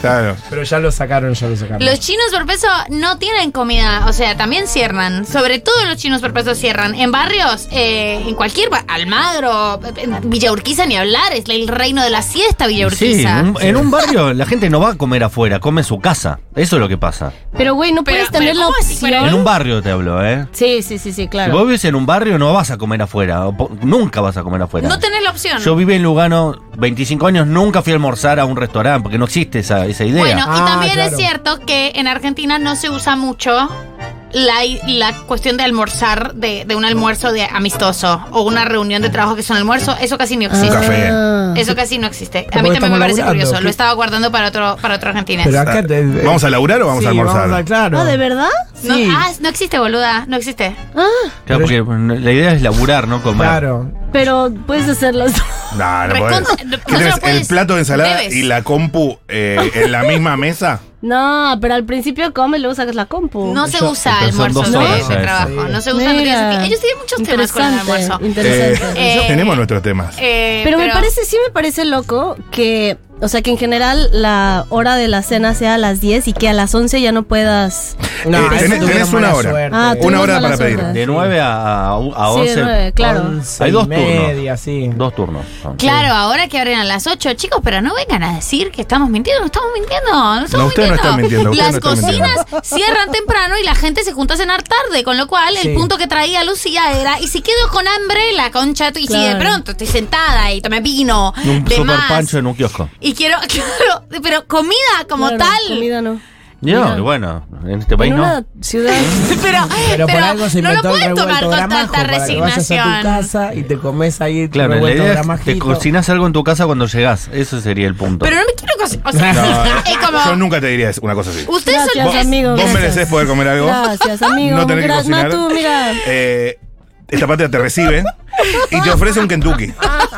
[SPEAKER 5] Claro.
[SPEAKER 2] pero ya lo sacaron, ya lo sacaron.
[SPEAKER 4] Los chinos por peso no tienen comida, o sea, también cierran. Sobre todo los chinos por peso cierran. En barrios, eh, en cualquier ba- Almagro, en Villa Urquiza ni hablar, es el reino de la siesta Villa
[SPEAKER 1] Sí,
[SPEAKER 4] Urquiza.
[SPEAKER 1] un- en un barrio la gente no va a comer afuera, come en su casa. Eso es lo que pasa.
[SPEAKER 3] Pero güey, no
[SPEAKER 4] Pero-
[SPEAKER 3] puedes
[SPEAKER 4] pero
[SPEAKER 3] tener la
[SPEAKER 4] ¿cómo así?
[SPEAKER 3] opción.
[SPEAKER 4] Pero-
[SPEAKER 1] En un barrio te hablo, ¿eh?
[SPEAKER 3] Sí, sí, sí, sí,
[SPEAKER 1] Si
[SPEAKER 3] ¿Eh? claro.
[SPEAKER 1] vos vives en un barrio no vas a comer afuera, o po- nunca vas a comer afuera.
[SPEAKER 4] no tenés la opción.
[SPEAKER 1] Yo viví en Lugano 25 años, nunca fui a almorzar a un restaurante, porque no existe esa, esa idea.
[SPEAKER 4] Bueno, y
[SPEAKER 2] Ah,
[SPEAKER 4] también es
[SPEAKER 2] claro.
[SPEAKER 4] cierto que en Argentina no se usa mucho la, i- la cuestión de almorzar, de, de un almuerzo de amistoso o una reunión de trabajo que es un almuerzo. Eso casi
[SPEAKER 2] Ah,
[SPEAKER 4] no
[SPEAKER 3] Ah.
[SPEAKER 4] existe.
[SPEAKER 5] Un café.
[SPEAKER 4] Eso casi no existe. A
[SPEAKER 2] Porque
[SPEAKER 4] mí también me
[SPEAKER 2] estamos
[SPEAKER 4] parece
[SPEAKER 2] laburando,
[SPEAKER 4] curioso.
[SPEAKER 2] ¿qué?
[SPEAKER 4] Lo estaba guardando para otro, para otro argentino.
[SPEAKER 2] Pero acá te-
[SPEAKER 5] ¿Vamos a laburar o vamos
[SPEAKER 2] Sí,
[SPEAKER 5] a almorzar?
[SPEAKER 2] vamos a- claro.
[SPEAKER 3] Ah, ¿de verdad?
[SPEAKER 4] No,
[SPEAKER 2] sí.
[SPEAKER 4] ah, no existe, boluda. No existe.
[SPEAKER 1] Claro, porque la idea es laburar, no comer.
[SPEAKER 2] Claro.
[SPEAKER 3] Pero puedes hacer las dos.
[SPEAKER 5] No, no
[SPEAKER 4] Recontra-
[SPEAKER 5] podés.
[SPEAKER 4] no,
[SPEAKER 5] ¿Qué
[SPEAKER 4] no
[SPEAKER 5] tenés,
[SPEAKER 4] lo puedes.
[SPEAKER 5] ¿El plato de ensalada
[SPEAKER 4] Debes.
[SPEAKER 5] y la compu eh, en la misma mesa?
[SPEAKER 3] No, pero al principio comes, luego sacas la compu.
[SPEAKER 4] No se usa
[SPEAKER 1] pero son dos
[SPEAKER 4] almuerzo de,
[SPEAKER 1] horas
[SPEAKER 4] de
[SPEAKER 1] a eso.
[SPEAKER 4] trabajo. No se usa. no tiene
[SPEAKER 3] Mira,
[SPEAKER 4] sentido. Ellos tienen muchos temas con el
[SPEAKER 3] interesante,
[SPEAKER 4] almuerzo.
[SPEAKER 3] Interesante.
[SPEAKER 5] Eh,
[SPEAKER 4] Eh,
[SPEAKER 5] tenemos nuestros temas.
[SPEAKER 4] Eh,
[SPEAKER 3] pero, me parece, sí me parece loco que O sea que en general la hora de la cena sea a las 10 y que a las 11 ya no puedas.
[SPEAKER 5] Eh,
[SPEAKER 2] eso
[SPEAKER 5] tenés-
[SPEAKER 2] tuvieron
[SPEAKER 5] tenés una
[SPEAKER 2] mala
[SPEAKER 5] hora.
[SPEAKER 2] suerte.
[SPEAKER 3] Ah,
[SPEAKER 5] Una
[SPEAKER 3] tuvimos
[SPEAKER 5] hora para
[SPEAKER 3] malas
[SPEAKER 5] pedir.
[SPEAKER 3] horas.
[SPEAKER 1] De 9 a, a
[SPEAKER 3] Sí,
[SPEAKER 1] 11.
[SPEAKER 3] de nueve, claro.
[SPEAKER 2] Once
[SPEAKER 1] Hay dos
[SPEAKER 2] y media, sí.
[SPEAKER 1] Dos turnos.
[SPEAKER 4] Claro, ahora que abren a las 8, chicos, pero no vengan a decir que estamos mintiendo, no estamos mintiendo, no estamos
[SPEAKER 5] No, ustedes
[SPEAKER 4] mintiendo.
[SPEAKER 5] no están mintiendo, ustedes
[SPEAKER 4] Las
[SPEAKER 5] no están
[SPEAKER 4] cocinas cierran temprano y la gente se junta a cenar tarde, con lo cual
[SPEAKER 2] Sí.
[SPEAKER 4] el punto que traía Lucía era, y si quedo con hambre, la concha, tu- y si de
[SPEAKER 3] Claro.
[SPEAKER 4] pronto estoy sentada y tomé vino,
[SPEAKER 1] Un
[SPEAKER 4] de
[SPEAKER 1] super
[SPEAKER 4] más,
[SPEAKER 1] pancho en un kiosco.
[SPEAKER 4] y quiero, claro, pero comida como
[SPEAKER 3] Claro,
[SPEAKER 4] tal.
[SPEAKER 3] Comida no.
[SPEAKER 1] No, y bueno, en este país
[SPEAKER 3] en
[SPEAKER 1] no.
[SPEAKER 3] una ciudad.
[SPEAKER 4] Pero,
[SPEAKER 2] Pero, por
[SPEAKER 4] pero
[SPEAKER 2] algo se
[SPEAKER 4] no
[SPEAKER 2] inventó
[SPEAKER 4] lo
[SPEAKER 2] el
[SPEAKER 4] puedes
[SPEAKER 2] revuelto
[SPEAKER 4] tomar con
[SPEAKER 2] gramajo
[SPEAKER 4] tanta
[SPEAKER 2] para que vayas a tu
[SPEAKER 4] resignación.
[SPEAKER 2] casa y te comes ahí tu
[SPEAKER 1] Claro, la
[SPEAKER 2] revuelto
[SPEAKER 1] idea es te
[SPEAKER 2] gramajito.
[SPEAKER 1] cocinas algo en tu casa cuando llegás. Eso sería el punto.
[SPEAKER 4] Pero no me quiero cos- O sea,
[SPEAKER 5] No,
[SPEAKER 4] es como.
[SPEAKER 5] Yo nunca te diría eso, una cosa así.
[SPEAKER 4] Ustedes son.
[SPEAKER 5] Vos,
[SPEAKER 3] Gracias, amigo,
[SPEAKER 5] vos
[SPEAKER 3] gracias.
[SPEAKER 5] mereces poder comer algo.
[SPEAKER 3] Gracias, amigo.
[SPEAKER 5] No tener que
[SPEAKER 3] Gracias,
[SPEAKER 5] cocinar.
[SPEAKER 3] Matu, mira.
[SPEAKER 5] Eh, esta patria te recibe y te ofrece un Kentucky.
[SPEAKER 4] Ah,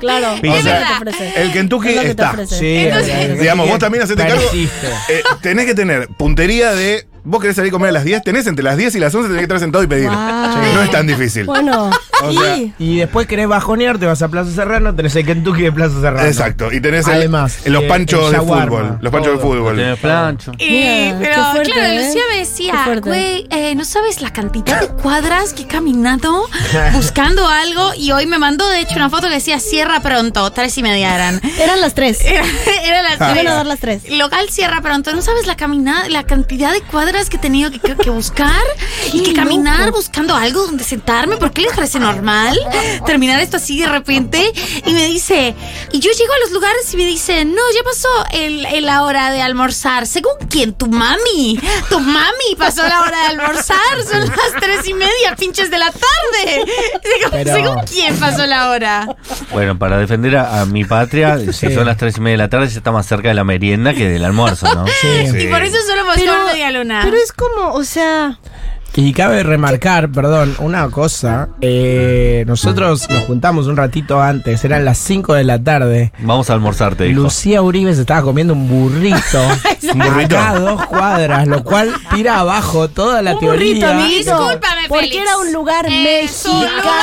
[SPEAKER 3] Claro.
[SPEAKER 5] O
[SPEAKER 3] es
[SPEAKER 5] sea,
[SPEAKER 3] lo que te ofrece.
[SPEAKER 5] el Kentucky
[SPEAKER 3] Es lo que te
[SPEAKER 5] está.
[SPEAKER 3] ofrece.
[SPEAKER 2] Sí,
[SPEAKER 4] Entonces-
[SPEAKER 2] eh,
[SPEAKER 5] Digamos, vos también hacete cargo.
[SPEAKER 2] persiste.
[SPEAKER 5] Eh, tenés que tener puntería de. Vos querés salir a comer a las 10, tenés entre las 10 y las 11, tenés que estar sentado y pedir.
[SPEAKER 3] Wow.
[SPEAKER 5] No es tan difícil.
[SPEAKER 3] Bueno,
[SPEAKER 5] O
[SPEAKER 3] y-
[SPEAKER 5] sea,
[SPEAKER 2] Y después querés bajonear, te vas a Plaza Serrano, tenés el Kentucky de Plaza Serrano.
[SPEAKER 5] Exacto. Y tenés el-
[SPEAKER 2] Además,
[SPEAKER 5] los
[SPEAKER 2] el-
[SPEAKER 5] panchos
[SPEAKER 2] el
[SPEAKER 5] de
[SPEAKER 2] shawarma,
[SPEAKER 5] fútbol. Los panchos de
[SPEAKER 2] todo.
[SPEAKER 1] Tenés
[SPEAKER 5] fútbol.
[SPEAKER 1] plancho.
[SPEAKER 4] Eh,
[SPEAKER 3] Mira,
[SPEAKER 4] pero
[SPEAKER 3] qué fuerte,
[SPEAKER 4] claro,
[SPEAKER 3] ¿eh?
[SPEAKER 4] Lucía me
[SPEAKER 3] Qué
[SPEAKER 4] decía,
[SPEAKER 3] fuerte.
[SPEAKER 4] güey, eh, no sabes la cantidad de cuadras que he caminado buscando algo y hoy me mandó de hecho una foto que decía cierra pronto, tres y media eran.
[SPEAKER 3] eran las tres.
[SPEAKER 4] Era, era las
[SPEAKER 5] Ah.
[SPEAKER 4] tres.
[SPEAKER 3] Iban a dar las tres.
[SPEAKER 4] Local cierra pronto, no sabes la caminada, la cantidad de cuadras que he tenido que, que- que buscar y que caminar buscando algo donde sentarme, porque les parece normal terminar esto así de repente y me dice, y yo llego a los lugares y me dicen, no, ya pasó el, el la hora de almorzar, según quién, tu mami, tu mami pasó la hora de almorzar, son las tres y media, pinches de la tarde, según,
[SPEAKER 2] Pero-
[SPEAKER 4] según quién pasó la hora.
[SPEAKER 1] Bueno, para defender a, a mi patria, si
[SPEAKER 2] Sí.
[SPEAKER 1] son las tres y media de la tarde, ya está más cerca de la merienda que del almuerzo, ¿no?
[SPEAKER 5] Sí.
[SPEAKER 2] Eh,
[SPEAKER 4] Y por eso solo pasó
[SPEAKER 3] Pero-
[SPEAKER 4] media luna.
[SPEAKER 3] Pero es como, o sea,
[SPEAKER 2] Y cabe remarcar, perdón, una cosa. eh, nosotros nos juntamos un ratito antes, eran las 5 de la tarde.
[SPEAKER 1] Vamos a almorzarte, dijo.
[SPEAKER 2] Lucía Uribe se estaba comiendo un burrito.
[SPEAKER 5] ¿Un burrito?
[SPEAKER 2] Acá a dos cuadras, lo cual tira abajo toda la
[SPEAKER 3] un burrito,
[SPEAKER 2] teoría.
[SPEAKER 3] amiguito.
[SPEAKER 4] Discúlpame,
[SPEAKER 3] Porque
[SPEAKER 4] Félix.
[SPEAKER 3] era un lugar
[SPEAKER 4] Es
[SPEAKER 3] mexicano.
[SPEAKER 4] un lugar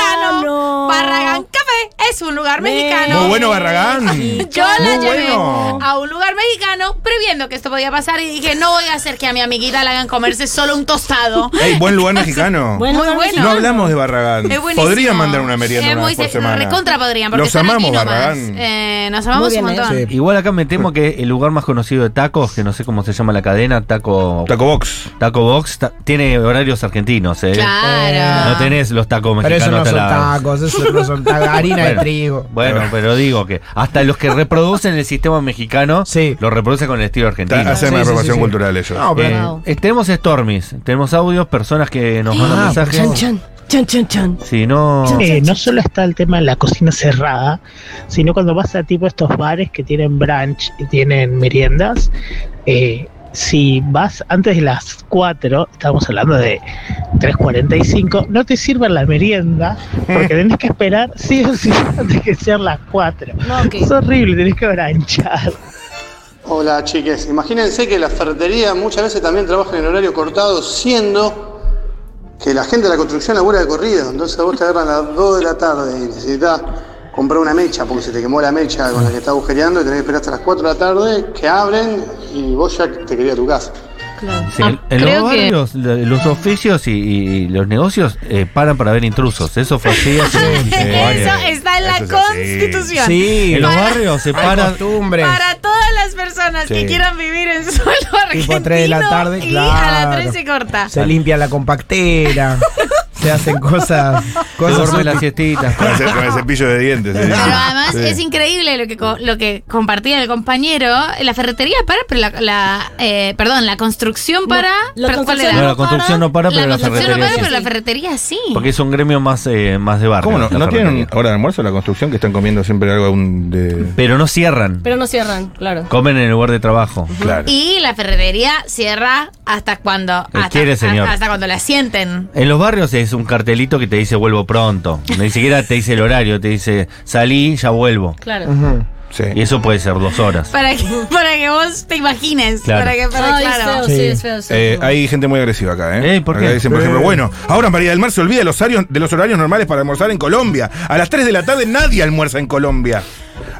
[SPEAKER 4] mexicano. Barragán Café es un lugar
[SPEAKER 3] Me-
[SPEAKER 4] mexicano.
[SPEAKER 5] Muy bueno, Barragán.
[SPEAKER 4] Yo la
[SPEAKER 5] Muy
[SPEAKER 4] llevé
[SPEAKER 5] bueno.
[SPEAKER 4] a un lugar mexicano previendo que esto podía pasar y dije, no voy a hacer que a mi amiguita le hagan comerse solo un tostado.
[SPEAKER 5] Ey, buen lugar mexicano.
[SPEAKER 3] Bueno,
[SPEAKER 4] Muy
[SPEAKER 3] no,
[SPEAKER 4] bueno.
[SPEAKER 5] No hablamos de Barragán.
[SPEAKER 4] Es buenísimo.
[SPEAKER 5] Podrían mandar una merienda
[SPEAKER 4] Es
[SPEAKER 5] una
[SPEAKER 4] muy
[SPEAKER 5] vez por
[SPEAKER 4] se-
[SPEAKER 5] semana.
[SPEAKER 4] Recontra podrían, porque
[SPEAKER 5] Los
[SPEAKER 4] están
[SPEAKER 5] amamos,
[SPEAKER 4] aquí nomás.
[SPEAKER 5] Barragán.
[SPEAKER 4] Eh, nos amamos
[SPEAKER 3] Muy bien,
[SPEAKER 4] un montón.
[SPEAKER 2] ¿eh?
[SPEAKER 1] Igual acá me temo que el lugar más conocido de tacos, que no sé cómo se llama la cadena, Taco
[SPEAKER 5] Taco Box.
[SPEAKER 1] Taco Box, ta- tiene horarios argentinos, ¿eh?
[SPEAKER 4] Claro.
[SPEAKER 1] No tenés los tacos
[SPEAKER 2] Pero
[SPEAKER 1] mexicanos
[SPEAKER 2] eso no
[SPEAKER 1] hasta
[SPEAKER 2] son
[SPEAKER 1] la-
[SPEAKER 2] tacos, eso no son tacos, harina de
[SPEAKER 1] Bueno,
[SPEAKER 2] trigo.
[SPEAKER 1] Bueno, pero digo que hasta los que reproducen el sistema mexicano
[SPEAKER 2] Sí.
[SPEAKER 1] lo reproducen con el estilo argentino.
[SPEAKER 5] Ta- Hacen
[SPEAKER 2] Sí,
[SPEAKER 5] una
[SPEAKER 2] sí,
[SPEAKER 5] promoción
[SPEAKER 2] sí, sí.
[SPEAKER 5] cultural ellos.
[SPEAKER 2] No, pero-
[SPEAKER 1] Eh, eh, tenemos Stormies, tenemos audios, personas que nos mandan
[SPEAKER 2] Ah,
[SPEAKER 1] mensajes.
[SPEAKER 3] Chan, chan, chan, chan, chan.
[SPEAKER 1] Si no,
[SPEAKER 6] Eh, no solo está el tema de la cocina cerrada, sino cuando vas a tipo estos bares que tienen brunch y tienen meriendas, eh, si vas antes de las 4, estamos hablando de 3.45, no te sirven la merienda
[SPEAKER 3] Eh.
[SPEAKER 6] porque tenés que esperar sí o sí antes que sean las 4.
[SPEAKER 3] No, ok.
[SPEAKER 6] Es horrible, tenés que branchar.
[SPEAKER 7] Hola chiques, imagínense que la ferretería muchas veces también trabaja en horario cortado, siendo que la gente de la construcción labura de corrido. Entonces vos te agarran a las 2 de la tarde y necesitas comprar una mecha porque se te quemó la mecha con la que estás agujereando y tenés que esperar hasta las 4 de la tarde que abren y vos ya te querías a tu casa.
[SPEAKER 3] Claro.
[SPEAKER 1] sí,
[SPEAKER 8] Ah,
[SPEAKER 1] en- en los
[SPEAKER 8] creo que-
[SPEAKER 1] barrios, la- los oficios y, y los negocios eh, paran para ver intrusos. Eso fue así. hace- eh,
[SPEAKER 4] Eso está en la
[SPEAKER 5] Eso es así.
[SPEAKER 4] constitución.
[SPEAKER 2] Sí,
[SPEAKER 1] en los barrios se
[SPEAKER 2] hay
[SPEAKER 1] paran.
[SPEAKER 2] costumbres.
[SPEAKER 4] Para todas las personas
[SPEAKER 1] Sí.
[SPEAKER 4] que quieran vivir en suelo argentino
[SPEAKER 2] Tipo 3 de la tarde,
[SPEAKER 4] y a
[SPEAKER 2] claro.
[SPEAKER 4] las 3 se corta.
[SPEAKER 2] Se limpia la compactera. se hacen cosas.
[SPEAKER 1] Se
[SPEAKER 2] cosas
[SPEAKER 1] duerme la siestita.
[SPEAKER 5] Con ese, con el cepillo de dientes. sí, sí, sí.
[SPEAKER 4] Pero además
[SPEAKER 5] Sí.
[SPEAKER 4] es increíble lo que co- lo que compartía el compañero. La ferretería para, pero la, la, eh, perdón, la construcción para.
[SPEAKER 3] la
[SPEAKER 4] pero, ¿cuál
[SPEAKER 3] construcción
[SPEAKER 1] No,
[SPEAKER 4] era?
[SPEAKER 1] la construcción no para, pero la,
[SPEAKER 4] construcción
[SPEAKER 1] ferretería
[SPEAKER 4] no para,
[SPEAKER 1] sí.
[SPEAKER 4] pero la ferretería sí.
[SPEAKER 1] Porque es un gremio más, eh, más de barrio.
[SPEAKER 5] ¿Cómo no?
[SPEAKER 1] la
[SPEAKER 5] ¿No tienen
[SPEAKER 1] ferretería.
[SPEAKER 5] hora de almuerzo la construcción que están comiendo siempre algo un de.
[SPEAKER 1] Pero no cierran.
[SPEAKER 3] Pero no cierran, claro.
[SPEAKER 1] Comen en el lugar de trabajo.
[SPEAKER 5] Claro.
[SPEAKER 4] Y la ferretería cierra hasta cuando.
[SPEAKER 1] Eh,
[SPEAKER 4] Hasta,
[SPEAKER 1] quiere, señor.
[SPEAKER 4] hasta cuando la sienten.
[SPEAKER 1] En los barrios es un cartelito que te dice vuelvo pronto. Ni siquiera te dice el horario, te dice salí, ya vuelvo.
[SPEAKER 3] Claro.
[SPEAKER 2] Ujú.
[SPEAKER 5] Sí.
[SPEAKER 1] Y eso puede ser dos horas.
[SPEAKER 4] Para que, para que vos te imagines.
[SPEAKER 1] Claro.
[SPEAKER 4] Para que, para,
[SPEAKER 3] Ay,
[SPEAKER 4] claro.
[SPEAKER 3] es feo, sí,
[SPEAKER 2] Sí.
[SPEAKER 3] es feo. sí,
[SPEAKER 5] Eh,
[SPEAKER 3] es feo.
[SPEAKER 5] hay gente muy agresiva acá, ¿eh?
[SPEAKER 1] Ey, ¿por
[SPEAKER 5] Acá
[SPEAKER 1] qué?
[SPEAKER 5] dicen, por
[SPEAKER 1] Eh.
[SPEAKER 5] ejemplo, bueno, ahora María del Mar se olvida de los horarios, de los horarios normales para almorzar en Colombia. A las 3 de la tarde nadie almuerza en Colombia.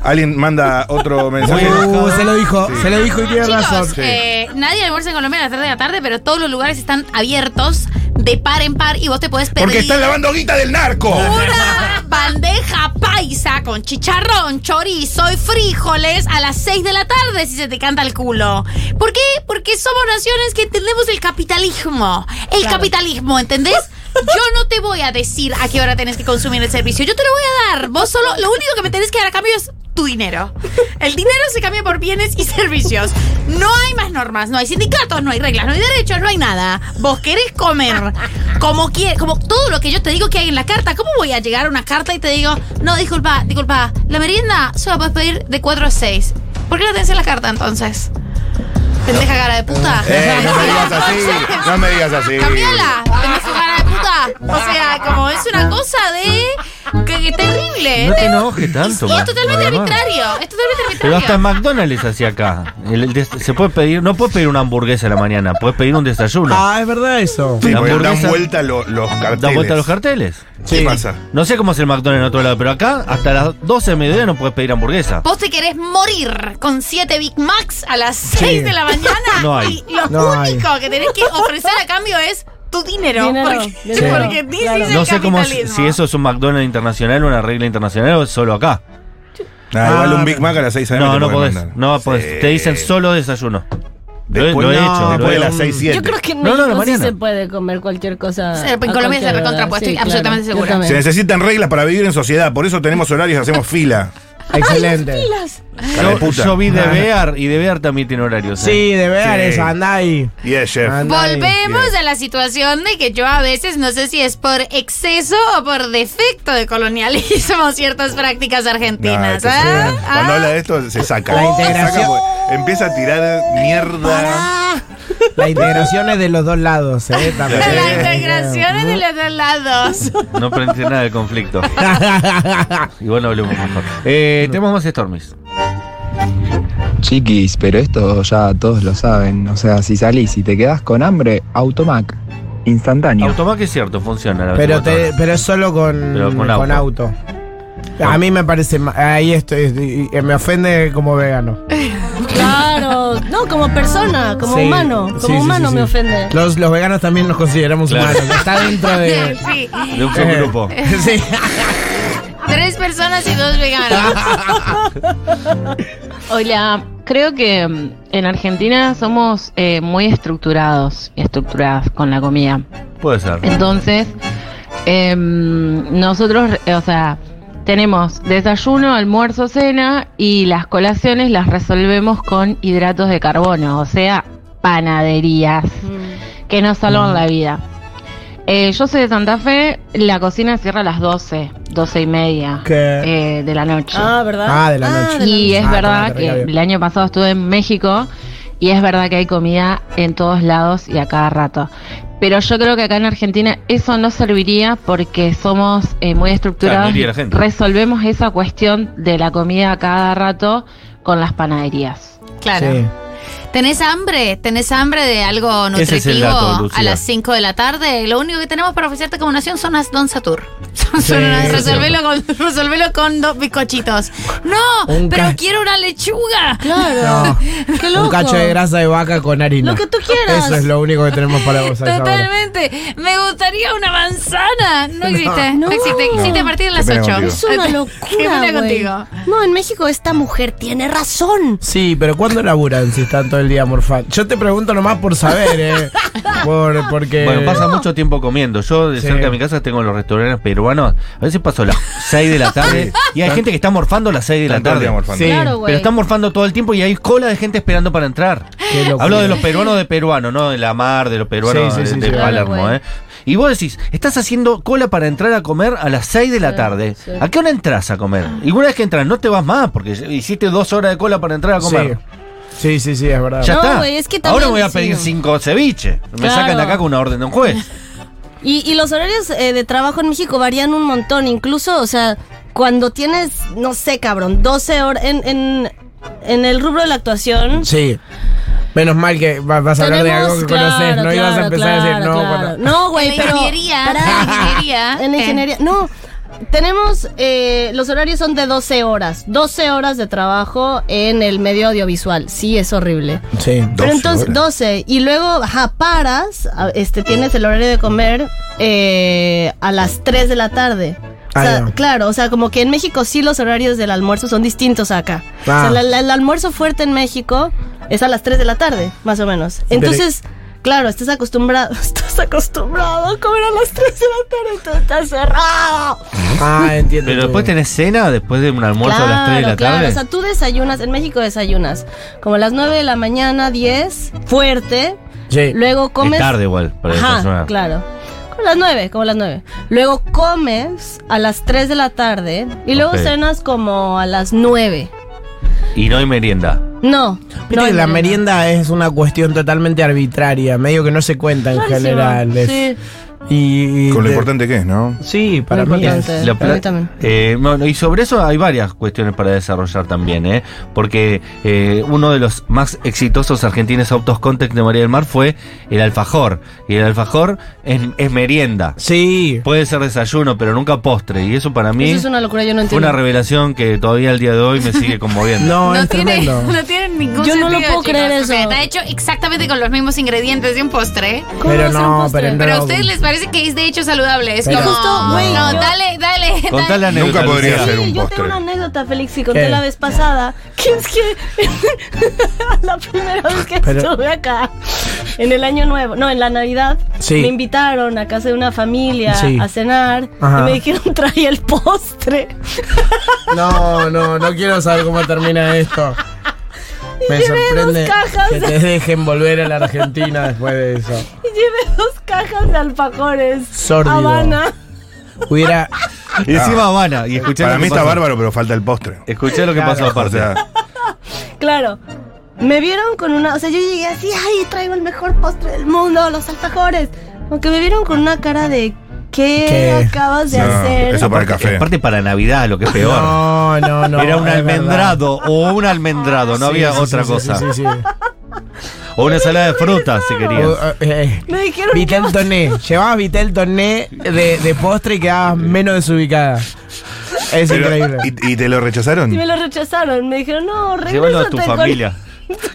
[SPEAKER 5] Alguien manda otro mensaje.
[SPEAKER 2] Uh, se lo dijo, se lo dijo y tiene
[SPEAKER 4] Chicos,
[SPEAKER 2] razón.
[SPEAKER 4] eh, nadie almuerza en Colombia a las 3 de la tarde, pero todos los lugares están abiertos de par en par y vos te podés pedir
[SPEAKER 5] Porque están lavando guita del narco.
[SPEAKER 4] una bandeja paisa con chicharrón, chorizo y frijoles a las 6 de la tarde si se te canta el culo. ¿Por qué? Porque somos naciones que entendemos el capitalismo. El capitalismo, ¿entendés? Yo no te voy a decir a qué hora tenés que consumir el servicio. Yo te lo voy a dar. Vos solo, lo único que me tenés que dar a cambio es tu dinero. El dinero se cambia por bienes y servicios. No hay más normas, no hay sindicatos, no hay reglas, no hay derechos, no hay nada. Vos querés comer como quie- como todo lo que yo te digo que hay en la carta. ¿Cómo voy a llegar a una carta y te digo, no, disculpa, disculpa, la merienda solo la puedes pedir de 4 a 6? ¿Por qué la tenés en la carta entonces? Pendeja cara de puta.
[SPEAKER 5] Eh, no me digas así, no me digas así.
[SPEAKER 4] Cambiala, pendeja cara de puta. O sea, como es una cosa de. que, que terrible.
[SPEAKER 1] No te
[SPEAKER 4] de-
[SPEAKER 1] enojes tanto.
[SPEAKER 4] y
[SPEAKER 1] ma-
[SPEAKER 4] es totalmente
[SPEAKER 1] Barbaro.
[SPEAKER 4] arbitrario. Es totalmente
[SPEAKER 1] Pero hasta en
[SPEAKER 4] arbitrario.
[SPEAKER 1] McDonald's hacia acá. El- el des- se puede pedir, no puedes pedir una hamburguesa a la mañana, puedes pedir un desayuno.
[SPEAKER 2] Ah, es verdad eso.
[SPEAKER 5] Sí,
[SPEAKER 1] La
[SPEAKER 5] porque dan
[SPEAKER 1] hamburguesa-
[SPEAKER 5] vuelta lo- los carteles.
[SPEAKER 1] Da vuelta a los carteles.
[SPEAKER 5] ¿Qué pasa?
[SPEAKER 1] No sé cómo es el McDonald's en otro lado, pero acá hasta las 12 de mediodía no puedes pedir hamburguesa.
[SPEAKER 4] Vos te querés morir con siete Big Macs a las 6 de la mañana
[SPEAKER 1] No hay.
[SPEAKER 4] y lo
[SPEAKER 2] No hay.
[SPEAKER 4] único que tenés que ofrecer a cambio es tu dinero.
[SPEAKER 3] Dinero,
[SPEAKER 4] porque
[SPEAKER 3] dinero,
[SPEAKER 4] porque this
[SPEAKER 3] claro.
[SPEAKER 4] is el
[SPEAKER 1] No sé cómo si
[SPEAKER 4] capitalismo.
[SPEAKER 1] si eso es un McDonald's internacional, una regla internacional o es solo acá.
[SPEAKER 5] Ah, igual
[SPEAKER 2] Ah,
[SPEAKER 5] un Big Mac a las 6
[SPEAKER 1] No, no podés. No podés. Te dicen solo desayuno. Lo he-
[SPEAKER 5] Después-
[SPEAKER 1] lo he,
[SPEAKER 5] no,
[SPEAKER 1] hecho. lo
[SPEAKER 5] Después
[SPEAKER 1] he-
[SPEAKER 5] de las 6,
[SPEAKER 3] Yo
[SPEAKER 5] 7.
[SPEAKER 3] creo que en
[SPEAKER 1] No, no,
[SPEAKER 3] México
[SPEAKER 1] la
[SPEAKER 3] sí
[SPEAKER 1] mañana.
[SPEAKER 3] se puede comer cualquier cosa.
[SPEAKER 4] Sí, pero en
[SPEAKER 3] a
[SPEAKER 4] Colombia se
[SPEAKER 3] cualquier hora.
[SPEAKER 4] recontrapuesto,
[SPEAKER 3] Sí,
[SPEAKER 4] estoy absolutamente
[SPEAKER 3] yo
[SPEAKER 4] segura.
[SPEAKER 5] Se
[SPEAKER 3] también.
[SPEAKER 5] necesitan reglas para vivir en sociedad, por eso tenemos horarios y hacemos fila.
[SPEAKER 2] Excelente.
[SPEAKER 3] Pilas.
[SPEAKER 5] Cara de
[SPEAKER 1] Yo,
[SPEAKER 5] puta.
[SPEAKER 1] yo vi de Bear y de Bear también tiene horarios. ¿eh?
[SPEAKER 2] Sí, de ver
[SPEAKER 5] Sí.
[SPEAKER 2] eso, anda ahí.
[SPEAKER 5] Yeah, chef.
[SPEAKER 3] Ah,
[SPEAKER 2] Anda ahí.
[SPEAKER 4] Volvemos a la situación de que yo a veces no sé si es por exceso o por defecto de colonialismo ciertas prácticas
[SPEAKER 5] No,
[SPEAKER 4] argentinas.
[SPEAKER 5] esto
[SPEAKER 3] ¿eh?
[SPEAKER 5] es-
[SPEAKER 4] ¿ah?
[SPEAKER 5] Cuando
[SPEAKER 4] ¿Ah?
[SPEAKER 5] habla de esto, se saca.
[SPEAKER 2] La
[SPEAKER 5] Se
[SPEAKER 2] integración.
[SPEAKER 5] saca porque empieza a tirar mierda.
[SPEAKER 2] La integración es de los dos lados, eh, también.
[SPEAKER 4] La integración es de los dos lados.
[SPEAKER 1] No aprendí nada del conflicto. Igual no hablemos mejor. Eh, tenemos más Stormies.
[SPEAKER 8] Chiquis, pero esto ya todos lo saben. O sea, si salís y te quedás con hambre, Automac. Instantáneo.
[SPEAKER 1] Automac es cierto, funciona. la
[SPEAKER 2] Pero,
[SPEAKER 1] última
[SPEAKER 2] te,
[SPEAKER 1] hora.
[SPEAKER 2] pero es solo con,
[SPEAKER 1] Pero con
[SPEAKER 2] con, auto. A mí me parece. ma- Ahí estoy. estoy- y- Me ofende como vegano.
[SPEAKER 3] Claro. No, como persona, como
[SPEAKER 2] Sí.
[SPEAKER 3] humano. Como
[SPEAKER 2] Sí, sí, sí,
[SPEAKER 3] humano
[SPEAKER 2] sí.
[SPEAKER 3] me ofende.
[SPEAKER 2] Los, los veganos también nos consideramos
[SPEAKER 1] Claro.
[SPEAKER 2] humanos. Está dentro de.
[SPEAKER 4] Sí.
[SPEAKER 1] De un subgrupo.
[SPEAKER 2] Sí.
[SPEAKER 4] Tres personas y dos veganos.
[SPEAKER 9] Hola, creo que mm, en Argentina somos eh, muy estructurados y estructuradas con la comida.
[SPEAKER 1] Puede ser.
[SPEAKER 9] Entonces, em, nosotros, eh, o sea, tenemos desayuno, almuerzo, cena y las colaciones las resolvemos con hidratos de carbono, o sea, panaderías
[SPEAKER 3] Mm.
[SPEAKER 9] que nos salvan la vida. Eh, yo soy de Santa Fe, la cocina cierra a las 12, 12 y media
[SPEAKER 2] Que-
[SPEAKER 9] eh, de la noche.
[SPEAKER 3] Ah, ¿verdad?
[SPEAKER 2] Ah, de la noche.
[SPEAKER 3] de
[SPEAKER 9] Y es
[SPEAKER 2] Ah,
[SPEAKER 9] verdad
[SPEAKER 2] tomate, rica,
[SPEAKER 9] que
[SPEAKER 2] bien.
[SPEAKER 9] el año pasado estuve en México y es verdad que hay comida en todos lados y a cada rato. Pero yo creo que acá en Argentina eso no serviría porque somos eh, muy estructurados.
[SPEAKER 1] Claro, no iría
[SPEAKER 9] y
[SPEAKER 1] la gente.
[SPEAKER 9] Resolvemos esa cuestión de la comida a cada rato con las panaderías.
[SPEAKER 4] Claro.
[SPEAKER 2] Sí.
[SPEAKER 4] ¿Tenés hambre? ¿Tenés hambre de algo nutritivo
[SPEAKER 1] Ese es el dato, Lucía.
[SPEAKER 4] a las 5 de la tarde? Lo único que tenemos para ofrecerte como nación son las Don Satur. Son-
[SPEAKER 2] Sí,
[SPEAKER 4] son unas-
[SPEAKER 2] es
[SPEAKER 4] resolvelo, con, resolvelo con dos bizcochitos. ¡No!
[SPEAKER 2] Un
[SPEAKER 4] ¡Pero
[SPEAKER 2] ca-
[SPEAKER 4] quiero una lechuga!
[SPEAKER 3] Claro.
[SPEAKER 2] No.
[SPEAKER 3] Qué
[SPEAKER 2] Un
[SPEAKER 3] loco.
[SPEAKER 2] cacho de grasa de vaca con harina.
[SPEAKER 3] Lo que tú quieras.
[SPEAKER 2] Eso es lo único que tenemos para vos a esa hora.
[SPEAKER 4] Totalmente. Me gustaría una manzana. No existe. No,
[SPEAKER 3] No.
[SPEAKER 4] existe. Existe a partir de
[SPEAKER 5] Qué
[SPEAKER 4] las
[SPEAKER 5] pena
[SPEAKER 4] 8.
[SPEAKER 5] contigo.
[SPEAKER 3] Es una
[SPEAKER 4] Qué
[SPEAKER 3] locura.
[SPEAKER 4] pena
[SPEAKER 3] güey.
[SPEAKER 4] contigo.
[SPEAKER 3] No, en México esta mujer tiene razón.
[SPEAKER 2] Sí, pero ¿cuándo laburan si están todo el día morfando? Yo te pregunto nomás por saber, ¿eh? Por, porque.
[SPEAKER 1] Bueno, pasa mucho tiempo comiendo. Yo de
[SPEAKER 2] eh, Sí.
[SPEAKER 1] cerca de mi casa tengo los restaurantes peruanos. A veces paso las 6 de la tarde y hay gente que está morfando a las 6 de la
[SPEAKER 5] Están todo el
[SPEAKER 1] tarde.
[SPEAKER 5] día morfando.
[SPEAKER 2] Sí.
[SPEAKER 3] Claro, güey.
[SPEAKER 1] Pero están morfando todo el tiempo y hay cola de gente esperando para entrar.
[SPEAKER 2] Qué locura.
[SPEAKER 1] Hablo de los peruanos de peruanos, no de la mar, de los peruanos
[SPEAKER 2] Sí, sí, sí,
[SPEAKER 1] de,
[SPEAKER 2] sí.
[SPEAKER 1] de
[SPEAKER 2] Claro,
[SPEAKER 1] Palermo.
[SPEAKER 3] güey.
[SPEAKER 1] ¿eh? Y vos decís, estás haciendo cola para entrar a comer a las 6 de la tarde.
[SPEAKER 3] sí.
[SPEAKER 1] ¿A qué hora entras a comer? Y una vez que entras, no te vas más porque hiciste dos horas de cola para entrar a comer.
[SPEAKER 2] Sí. sí, sí, sí, es verdad.
[SPEAKER 1] Ya
[SPEAKER 3] No,
[SPEAKER 1] está.
[SPEAKER 3] güey, es que
[SPEAKER 1] Ahora
[SPEAKER 3] también
[SPEAKER 1] voy a
[SPEAKER 3] sí.
[SPEAKER 1] pedir cinco ceviches. Me
[SPEAKER 3] Claro.
[SPEAKER 1] sacan de acá con una orden de un juez.
[SPEAKER 3] Y, y los horarios eh, de trabajo en México varían un montón. Incluso, o sea, cuando tienes, no sé, cabrón, 12 horas en, en, en el rubro de la actuación.
[SPEAKER 2] Sí. Menos mal que va- vas a hablar de algo que
[SPEAKER 3] Tenemos,
[SPEAKER 2] conoces, no
[SPEAKER 3] claro,
[SPEAKER 2] ibas a
[SPEAKER 3] claro,
[SPEAKER 2] empezar a decir
[SPEAKER 3] claro,
[SPEAKER 2] no.
[SPEAKER 3] claro.
[SPEAKER 2] cuando-
[SPEAKER 3] No, güey,
[SPEAKER 4] En la
[SPEAKER 3] pero.
[SPEAKER 4] ingeniería,
[SPEAKER 3] pará,
[SPEAKER 4] en la ingeniería,
[SPEAKER 3] En la
[SPEAKER 4] eh.
[SPEAKER 3] ingeniería. No. tenemos, eh, los horarios son de 12 horas, 12 horas de trabajo en el medio audiovisual, sí, es horrible.
[SPEAKER 2] Sí.
[SPEAKER 3] Pero
[SPEAKER 5] 12
[SPEAKER 3] entonces,
[SPEAKER 5] horas.
[SPEAKER 3] 12, y luego, ajá, paras, a- este, tienes el horario de comer eh, a las 3 de la tarde. O
[SPEAKER 2] Ah,
[SPEAKER 3] sea,
[SPEAKER 2] ya.
[SPEAKER 3] claro, o sea, como que en México sí los horarios del almuerzo son distintos acá.
[SPEAKER 2] Ah.
[SPEAKER 3] O sea, la- la- el almuerzo fuerte en México es a las 3 de la tarde, más o menos.
[SPEAKER 2] Pero-
[SPEAKER 3] Entonces, claro, estás acostumbrado, estás acostumbrado a comer a las 3 de la tarde, entonces estás cerrado.
[SPEAKER 2] Ah, entiendo.
[SPEAKER 1] Pero después tenés cena, después de un almuerzo a las 3 de la
[SPEAKER 3] claro.
[SPEAKER 1] tarde.
[SPEAKER 3] O sea, tú desayunas, en México desayunas como a las 9 de la mañana, 10, fuerte.
[SPEAKER 2] Sí.
[SPEAKER 3] Luego comes.
[SPEAKER 1] Es tarde igual para
[SPEAKER 3] Ajá,
[SPEAKER 1] desayunar.
[SPEAKER 3] claro. Como las nueve, como las nueve. Luego comes a las 3 de la tarde y luego
[SPEAKER 1] Ok.
[SPEAKER 3] cenas como a las 9.
[SPEAKER 1] Y no hay merienda.
[SPEAKER 3] No.
[SPEAKER 2] Viste
[SPEAKER 3] no
[SPEAKER 2] que
[SPEAKER 3] hay
[SPEAKER 2] la
[SPEAKER 3] merienda.
[SPEAKER 2] merienda es una cuestión totalmente arbitraria, medio que no se cuenta en
[SPEAKER 3] Rarísimo,
[SPEAKER 2] general. es-
[SPEAKER 3] Sí,
[SPEAKER 2] Y, y
[SPEAKER 5] Con lo
[SPEAKER 2] de-
[SPEAKER 5] importante que es, ¿no?
[SPEAKER 2] Sí, para
[SPEAKER 3] Muy
[SPEAKER 2] mí es.
[SPEAKER 3] importante.
[SPEAKER 1] La
[SPEAKER 3] Para mí
[SPEAKER 1] pla-
[SPEAKER 3] también.
[SPEAKER 1] Eh, bueno, y sobre eso hay varias cuestiones para desarrollar también, ¿eh? Porque eh, uno de los más exitosos argentines autos context de María del Mar fue el alfajor. Y el alfajor es, es merienda.
[SPEAKER 2] Sí.
[SPEAKER 1] Puede ser desayuno, pero nunca postre. Y eso para mí
[SPEAKER 3] Eso es una locura, yo no
[SPEAKER 1] fue
[SPEAKER 3] entiendo.
[SPEAKER 1] una revelación que todavía al día de hoy me sigue conmoviendo.
[SPEAKER 2] No,
[SPEAKER 4] No
[SPEAKER 2] es
[SPEAKER 4] tiene,
[SPEAKER 2] tremendo.
[SPEAKER 4] no tiene ningún
[SPEAKER 3] Yo no lo
[SPEAKER 4] sentido,
[SPEAKER 3] puedo creer
[SPEAKER 4] chicos, porque
[SPEAKER 3] eso.
[SPEAKER 4] Está hecho exactamente con los mismos ingredientes de un postre.
[SPEAKER 3] ¿Cómo
[SPEAKER 2] Pero
[SPEAKER 3] va a ser un
[SPEAKER 2] no,
[SPEAKER 3] postre?
[SPEAKER 2] pero en
[SPEAKER 4] Pero a
[SPEAKER 2] No.
[SPEAKER 4] ustedes les parece que es de hecho saludable. Es
[SPEAKER 2] Pero-
[SPEAKER 4] como.
[SPEAKER 3] Justo, güey,
[SPEAKER 4] no,
[SPEAKER 3] yo-
[SPEAKER 4] dale, dale.
[SPEAKER 1] Contá la
[SPEAKER 4] dale.
[SPEAKER 5] Nunca
[SPEAKER 1] anécdota,
[SPEAKER 5] podría
[SPEAKER 1] Lucía.
[SPEAKER 5] hacer
[SPEAKER 3] Sí,
[SPEAKER 5] un
[SPEAKER 3] yo
[SPEAKER 5] postre.
[SPEAKER 3] tengo una anécdota, Félix, y conté
[SPEAKER 2] ¿Qué?
[SPEAKER 3] la vez pasada. Que es que la primera vez que
[SPEAKER 2] Pero-
[SPEAKER 3] estuve acá, en el año nuevo, no, en la Navidad,
[SPEAKER 2] Sí.
[SPEAKER 3] me invitaron a casa de una familia
[SPEAKER 2] Sí.
[SPEAKER 3] a cenar
[SPEAKER 2] Ajá.
[SPEAKER 3] y me dijeron traía el postre.
[SPEAKER 2] No, no, no quiero saber cómo termina esto. Me
[SPEAKER 3] llevé dos
[SPEAKER 2] sorprende
[SPEAKER 3] cajas.
[SPEAKER 2] que te dejen volver a la Argentina después de eso.
[SPEAKER 3] Y llevé dos cajas de alfajores.
[SPEAKER 2] Sórdido.
[SPEAKER 3] Habana.
[SPEAKER 2] Hubiera.
[SPEAKER 1] Y encima Habana. Y escuchá
[SPEAKER 5] Para
[SPEAKER 1] lo
[SPEAKER 5] mí
[SPEAKER 1] que
[SPEAKER 5] está
[SPEAKER 1] pasó.
[SPEAKER 5] bárbaro, pero falta el postre.
[SPEAKER 1] Escuchá lo que pasó
[SPEAKER 5] O
[SPEAKER 1] aparte.
[SPEAKER 5] sea,
[SPEAKER 3] Claro. Me vieron con una. O sea, yo llegué así, ay, traigo el mejor postre del mundo, los alfajores. Aunque me vieron con una cara de. ¿Qué,
[SPEAKER 2] ¿Qué?
[SPEAKER 3] acabas de
[SPEAKER 5] No,
[SPEAKER 3] hacer?
[SPEAKER 5] eso para el
[SPEAKER 1] Aparte-
[SPEAKER 5] café.
[SPEAKER 1] Aparte para Navidad, lo que es peor.
[SPEAKER 2] No, no, no.
[SPEAKER 1] Era un
[SPEAKER 2] es verdad.
[SPEAKER 1] almendrado o un almendrado, no
[SPEAKER 2] Sí,
[SPEAKER 1] había
[SPEAKER 2] sí, sí,
[SPEAKER 1] otra
[SPEAKER 2] sí,
[SPEAKER 1] cosa.
[SPEAKER 2] sí, sí, sí.
[SPEAKER 1] O una ensalada de frutas, si
[SPEAKER 2] O-
[SPEAKER 1] querías.
[SPEAKER 2] o- eh,
[SPEAKER 3] Me dijeron que
[SPEAKER 2] Vitel Toné. Llevabas Vitel Toné de, de postre y quedabas menos desubicada. Es
[SPEAKER 5] pero-
[SPEAKER 2] increíble.
[SPEAKER 5] ¿y, y te lo rechazaron?
[SPEAKER 3] Y me lo rechazaron. Me dijeron, no,
[SPEAKER 1] Llévalo a
[SPEAKER 3] regrésate
[SPEAKER 1] tu
[SPEAKER 3] con-
[SPEAKER 1] familia.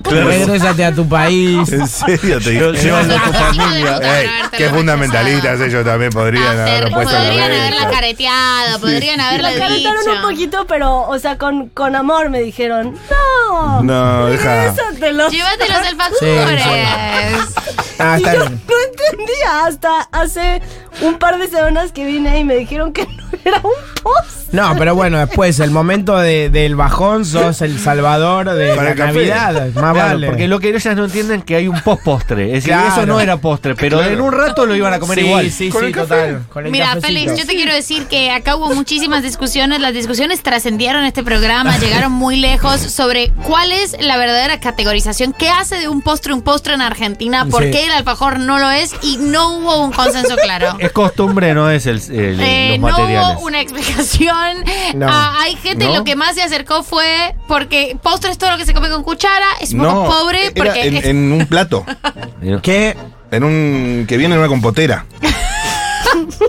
[SPEAKER 1] Claro.
[SPEAKER 2] Regrésate a tu país.
[SPEAKER 5] ¿En serio te
[SPEAKER 1] Pero
[SPEAKER 5] dije?
[SPEAKER 1] llévalo a tu
[SPEAKER 4] familia.
[SPEAKER 5] Ey,
[SPEAKER 4] Haberte
[SPEAKER 5] qué
[SPEAKER 4] lo
[SPEAKER 5] fundamentalistas
[SPEAKER 4] rechazado.
[SPEAKER 5] ellos también podrían haber
[SPEAKER 4] Hacer- pues,
[SPEAKER 5] puesto la
[SPEAKER 4] podrían haberla
[SPEAKER 5] regla.
[SPEAKER 4] careteado, podrían haberla
[SPEAKER 3] La calentaron un
[SPEAKER 4] dicho.
[SPEAKER 3] poquito, pero, o sea, con, con amor me dijeron, no.
[SPEAKER 5] No, deja.
[SPEAKER 3] regrésatelo".
[SPEAKER 4] Llévate los
[SPEAKER 2] Sí,
[SPEAKER 4] alfajores.
[SPEAKER 2] Ah,
[SPEAKER 3] Y
[SPEAKER 2] está
[SPEAKER 3] yo
[SPEAKER 2] bien.
[SPEAKER 3] no entendía hasta hace un par de semanas que vine y me dijeron que no era un post.
[SPEAKER 2] No, pero bueno, después, el momento de- del bajón, sos el salvador de
[SPEAKER 5] Para
[SPEAKER 2] la
[SPEAKER 5] el café.
[SPEAKER 2] Navidad. Más
[SPEAKER 1] Claro,
[SPEAKER 2] vale.
[SPEAKER 1] porque lo que ellas no entienden es que hay un post-postre. Es decir,
[SPEAKER 2] Claro.
[SPEAKER 1] eso no era postre, pero
[SPEAKER 5] Claro.
[SPEAKER 1] en un rato lo iban a comer
[SPEAKER 2] sí,
[SPEAKER 1] igual.
[SPEAKER 2] Sí,
[SPEAKER 5] Con
[SPEAKER 2] sí,
[SPEAKER 5] el café.
[SPEAKER 2] total. Con el
[SPEAKER 4] Mira,
[SPEAKER 2] cafecito.
[SPEAKER 4] Félix, yo te quiero decir que acá hubo muchísimas discusiones. Las discusiones trascendieron este programa, llegaron muy lejos sobre cuál es la verdadera categorización, qué hace de un postre un postre en Argentina, por
[SPEAKER 2] Sí.
[SPEAKER 4] qué el alfajor no lo es y no hubo un consenso claro.
[SPEAKER 1] Es costumbre, no es el, el-
[SPEAKER 4] Eh,
[SPEAKER 1] los
[SPEAKER 4] no
[SPEAKER 1] materiales.
[SPEAKER 4] hubo una explicación.
[SPEAKER 2] No.
[SPEAKER 4] Ah, hay gente,
[SPEAKER 5] No.
[SPEAKER 4] lo que más se acercó fue porque postre es todo lo que se come con cuchara, es un
[SPEAKER 5] No,
[SPEAKER 4] poco pobre,
[SPEAKER 5] era
[SPEAKER 4] porque
[SPEAKER 5] en,
[SPEAKER 4] es-
[SPEAKER 5] en un plato,
[SPEAKER 2] ¿Qué?
[SPEAKER 5] en un que viene en una compotera.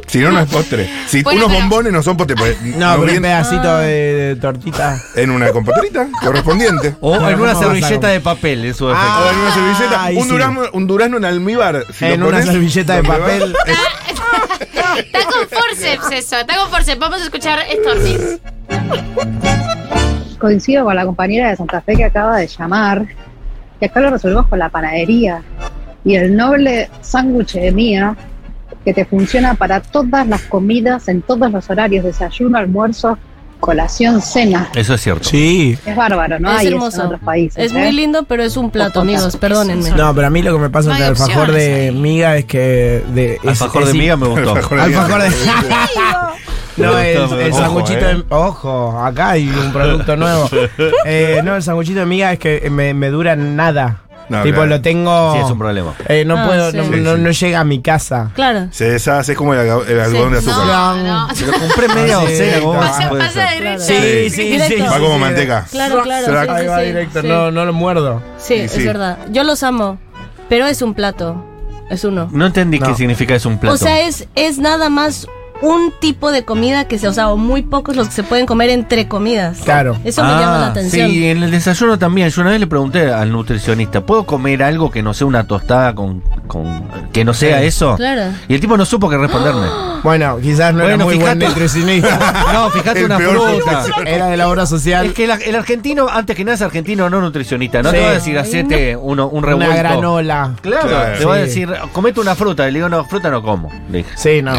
[SPEAKER 5] si no, no es postre. Si
[SPEAKER 4] Bueno,
[SPEAKER 5] unos
[SPEAKER 4] pero-
[SPEAKER 5] bombones no son postre, pues
[SPEAKER 2] No, pero un
[SPEAKER 5] vienen
[SPEAKER 4] Ah.
[SPEAKER 2] pedacito de, de tortita.
[SPEAKER 5] en una compoterita correspondiente.
[SPEAKER 1] O en
[SPEAKER 2] Bueno,
[SPEAKER 1] una
[SPEAKER 2] ¿cómo vas a
[SPEAKER 1] servilleta
[SPEAKER 2] comer?
[SPEAKER 1] de papel, en su
[SPEAKER 2] Ah,
[SPEAKER 5] O
[SPEAKER 1] defecto.
[SPEAKER 5] en una servilleta,
[SPEAKER 2] Ay,
[SPEAKER 5] un,
[SPEAKER 2] sí.
[SPEAKER 5] durazno, un durazno en almíbar. si
[SPEAKER 2] en
[SPEAKER 5] lo
[SPEAKER 2] una
[SPEAKER 5] pones,
[SPEAKER 2] servilleta de
[SPEAKER 5] lo que va-
[SPEAKER 2] papel.
[SPEAKER 4] está con forceps eso, está con forceps. Vamos a escuchar estos
[SPEAKER 10] Coincido con la compañera de Santa Fe que acaba de llamar, que acá lo resolvemos con la panadería y el noble sándwich de mía que te funciona para todas las comidas, en todos los horarios, desayuno, almuerzo, colación, cena.
[SPEAKER 1] Eso es cierto.
[SPEAKER 2] Sí.
[SPEAKER 10] Es bárbaro, ¿no?
[SPEAKER 3] es
[SPEAKER 10] Hay eso
[SPEAKER 3] hermoso.
[SPEAKER 10] en otros países.
[SPEAKER 3] es
[SPEAKER 10] ¿eh?
[SPEAKER 3] muy lindo, pero es un plato,
[SPEAKER 10] Ojo,
[SPEAKER 3] amigos,
[SPEAKER 10] caso.
[SPEAKER 3] perdónenme.
[SPEAKER 2] No, pero a mí lo que me pasa
[SPEAKER 4] No
[SPEAKER 2] con
[SPEAKER 4] hay
[SPEAKER 2] el alfajor
[SPEAKER 4] opciones
[SPEAKER 2] de
[SPEAKER 4] ahí.
[SPEAKER 2] miga es que. De, es-
[SPEAKER 1] Alfajor
[SPEAKER 2] es
[SPEAKER 1] de
[SPEAKER 2] in-
[SPEAKER 1] miga me gustó.
[SPEAKER 5] Alfajor
[SPEAKER 2] Alfajor de. no,
[SPEAKER 1] Me
[SPEAKER 2] el,
[SPEAKER 1] gusta, me
[SPEAKER 2] el
[SPEAKER 1] gusta.
[SPEAKER 2] sanguchito
[SPEAKER 5] Ojo, eh.
[SPEAKER 2] de. Ojo, acá hay un producto nuevo. Eh, no, el sanguchito de miga es que me, me dura nada.
[SPEAKER 5] No,
[SPEAKER 2] tipo,
[SPEAKER 5] claro.
[SPEAKER 2] lo tengo.
[SPEAKER 1] Sí, es un problema.
[SPEAKER 2] Eh, no
[SPEAKER 3] Ah,
[SPEAKER 2] puedo,
[SPEAKER 3] sí.
[SPEAKER 2] no,
[SPEAKER 3] Sí,
[SPEAKER 2] no-
[SPEAKER 5] sí.
[SPEAKER 2] no llega a mi casa.
[SPEAKER 3] Claro.
[SPEAKER 5] Se deshace, es como el, alga- el algodón de azúcar.
[SPEAKER 4] No, no.
[SPEAKER 1] Pero compré media
[SPEAKER 2] Sí,
[SPEAKER 1] docena, ¿cómo
[SPEAKER 2] claro.
[SPEAKER 1] puede
[SPEAKER 4] Pasa
[SPEAKER 1] ser?
[SPEAKER 4] derecho.
[SPEAKER 2] Sí, sí,
[SPEAKER 3] Directo.
[SPEAKER 2] sí.
[SPEAKER 5] Va como manteca.
[SPEAKER 3] Claro, claro.
[SPEAKER 5] Srac.
[SPEAKER 3] sí,
[SPEAKER 2] Ahí
[SPEAKER 3] sí,
[SPEAKER 2] va
[SPEAKER 3] sí,
[SPEAKER 2] directo,
[SPEAKER 3] sí.
[SPEAKER 2] No, no lo muerdo.
[SPEAKER 3] Sí,
[SPEAKER 5] Y
[SPEAKER 3] es
[SPEAKER 5] sí.
[SPEAKER 3] verdad. Yo los amo, pero es un plato. Es uno.
[SPEAKER 1] No entendí
[SPEAKER 2] No.
[SPEAKER 1] qué significa es un plato.
[SPEAKER 3] O sea, es, es nada más un tipo de comida que se, o sea, o muy pocos los que se pueden comer entre comidas.
[SPEAKER 2] Claro.
[SPEAKER 3] Eso me
[SPEAKER 1] Ah,
[SPEAKER 3] llama la atención.
[SPEAKER 1] Sí, en el desayuno también. Yo una vez le pregunté al nutricionista, ¿puedo comer algo que no sea una tostada con, con- que no sea
[SPEAKER 2] Sí.
[SPEAKER 1] eso?
[SPEAKER 3] Claro.
[SPEAKER 1] Y el tipo no supo qué responderme.
[SPEAKER 2] Bueno, quizás no era
[SPEAKER 1] Bueno,
[SPEAKER 2] muy
[SPEAKER 1] fíjate.
[SPEAKER 2] buen nutricionista.
[SPEAKER 1] No, fíjate
[SPEAKER 5] El
[SPEAKER 1] una
[SPEAKER 5] peor
[SPEAKER 1] fruta.
[SPEAKER 5] nutricionista.
[SPEAKER 2] Era de la obra social.
[SPEAKER 1] Es que el, el argentino, antes que nada, es argentino, no nutricionista. No
[SPEAKER 2] Sí.
[SPEAKER 1] te va a decir hacete uno, un revuelto.
[SPEAKER 2] una granola.
[SPEAKER 1] Claro,
[SPEAKER 5] Claro.
[SPEAKER 1] te va a
[SPEAKER 2] Sí.
[SPEAKER 1] decir, comete una fruta. Y le digo, no, fruta no como. Le dije.
[SPEAKER 2] Sí, no.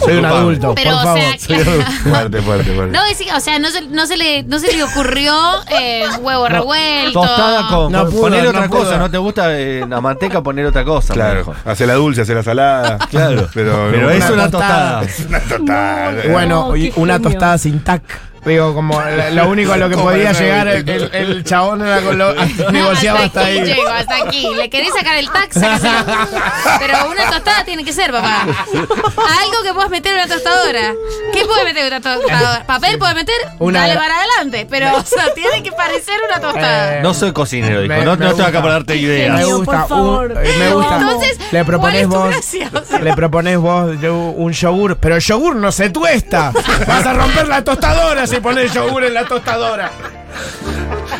[SPEAKER 2] Soy un
[SPEAKER 5] Disculpame.
[SPEAKER 2] adulto,
[SPEAKER 4] Pero,
[SPEAKER 2] por
[SPEAKER 4] o
[SPEAKER 2] favor.
[SPEAKER 4] sea,
[SPEAKER 5] Fuerte, fuerte, fuerte.
[SPEAKER 4] No, es- o sea, no se, no se le, no se le ocurrió eh, huevo revuelto.
[SPEAKER 1] Tostada con.
[SPEAKER 2] No
[SPEAKER 1] con-
[SPEAKER 2] pudo,
[SPEAKER 1] ponele
[SPEAKER 2] no
[SPEAKER 1] otra
[SPEAKER 2] pudo.
[SPEAKER 1] cosa, no te gusta eh, la manteca, poner otra cosa. me
[SPEAKER 5] Claro,
[SPEAKER 1] dijo.
[SPEAKER 5] hace la dulce, hace la salada.
[SPEAKER 1] Claro.
[SPEAKER 5] Pero,
[SPEAKER 1] Pero es
[SPEAKER 2] una
[SPEAKER 1] una
[SPEAKER 2] tostada.
[SPEAKER 1] tostada.
[SPEAKER 5] es una
[SPEAKER 1] Eh,
[SPEAKER 5] total. Eh,
[SPEAKER 2] Bueno,
[SPEAKER 3] No,
[SPEAKER 2] y
[SPEAKER 3] qué
[SPEAKER 2] una
[SPEAKER 3] genio.
[SPEAKER 2] tostada sin tac. Digo, como la- lo único a lo que
[SPEAKER 5] Como
[SPEAKER 2] podía
[SPEAKER 5] el
[SPEAKER 2] llegar el,
[SPEAKER 5] rey.
[SPEAKER 2] el- el chabón era con lo
[SPEAKER 4] No,
[SPEAKER 2] negociaba hasta
[SPEAKER 4] aquí
[SPEAKER 2] ahí.
[SPEAKER 4] Llego, hasta aquí. Le querés sacar el tax, sácaselo. Pero una tostada tiene que ser, papá. Algo que puedas meter en una tostadora. ¿Qué puedes meter en una tostadora? Papel puedes meter,
[SPEAKER 2] Una-
[SPEAKER 4] dale para adelante. Pero, o sea, tiene que parecer una tostada.
[SPEAKER 2] Eh,
[SPEAKER 1] No soy cocinero, dijo.
[SPEAKER 2] Me-
[SPEAKER 1] no
[SPEAKER 2] me
[SPEAKER 1] no estoy acá
[SPEAKER 2] gusta.
[SPEAKER 1] para darte ideas.
[SPEAKER 2] Me
[SPEAKER 3] Genio,
[SPEAKER 2] gusta,
[SPEAKER 3] por favor.
[SPEAKER 2] un- eh, me gusta.
[SPEAKER 4] Entonces,
[SPEAKER 2] le propones
[SPEAKER 4] ¿cuál
[SPEAKER 2] vos,
[SPEAKER 4] es tu gracia? O sea-
[SPEAKER 2] le propones vos de un un yogur, pero el yogur no se tuesta. Vas a romper la tostadora si pones yogur en la tostadora.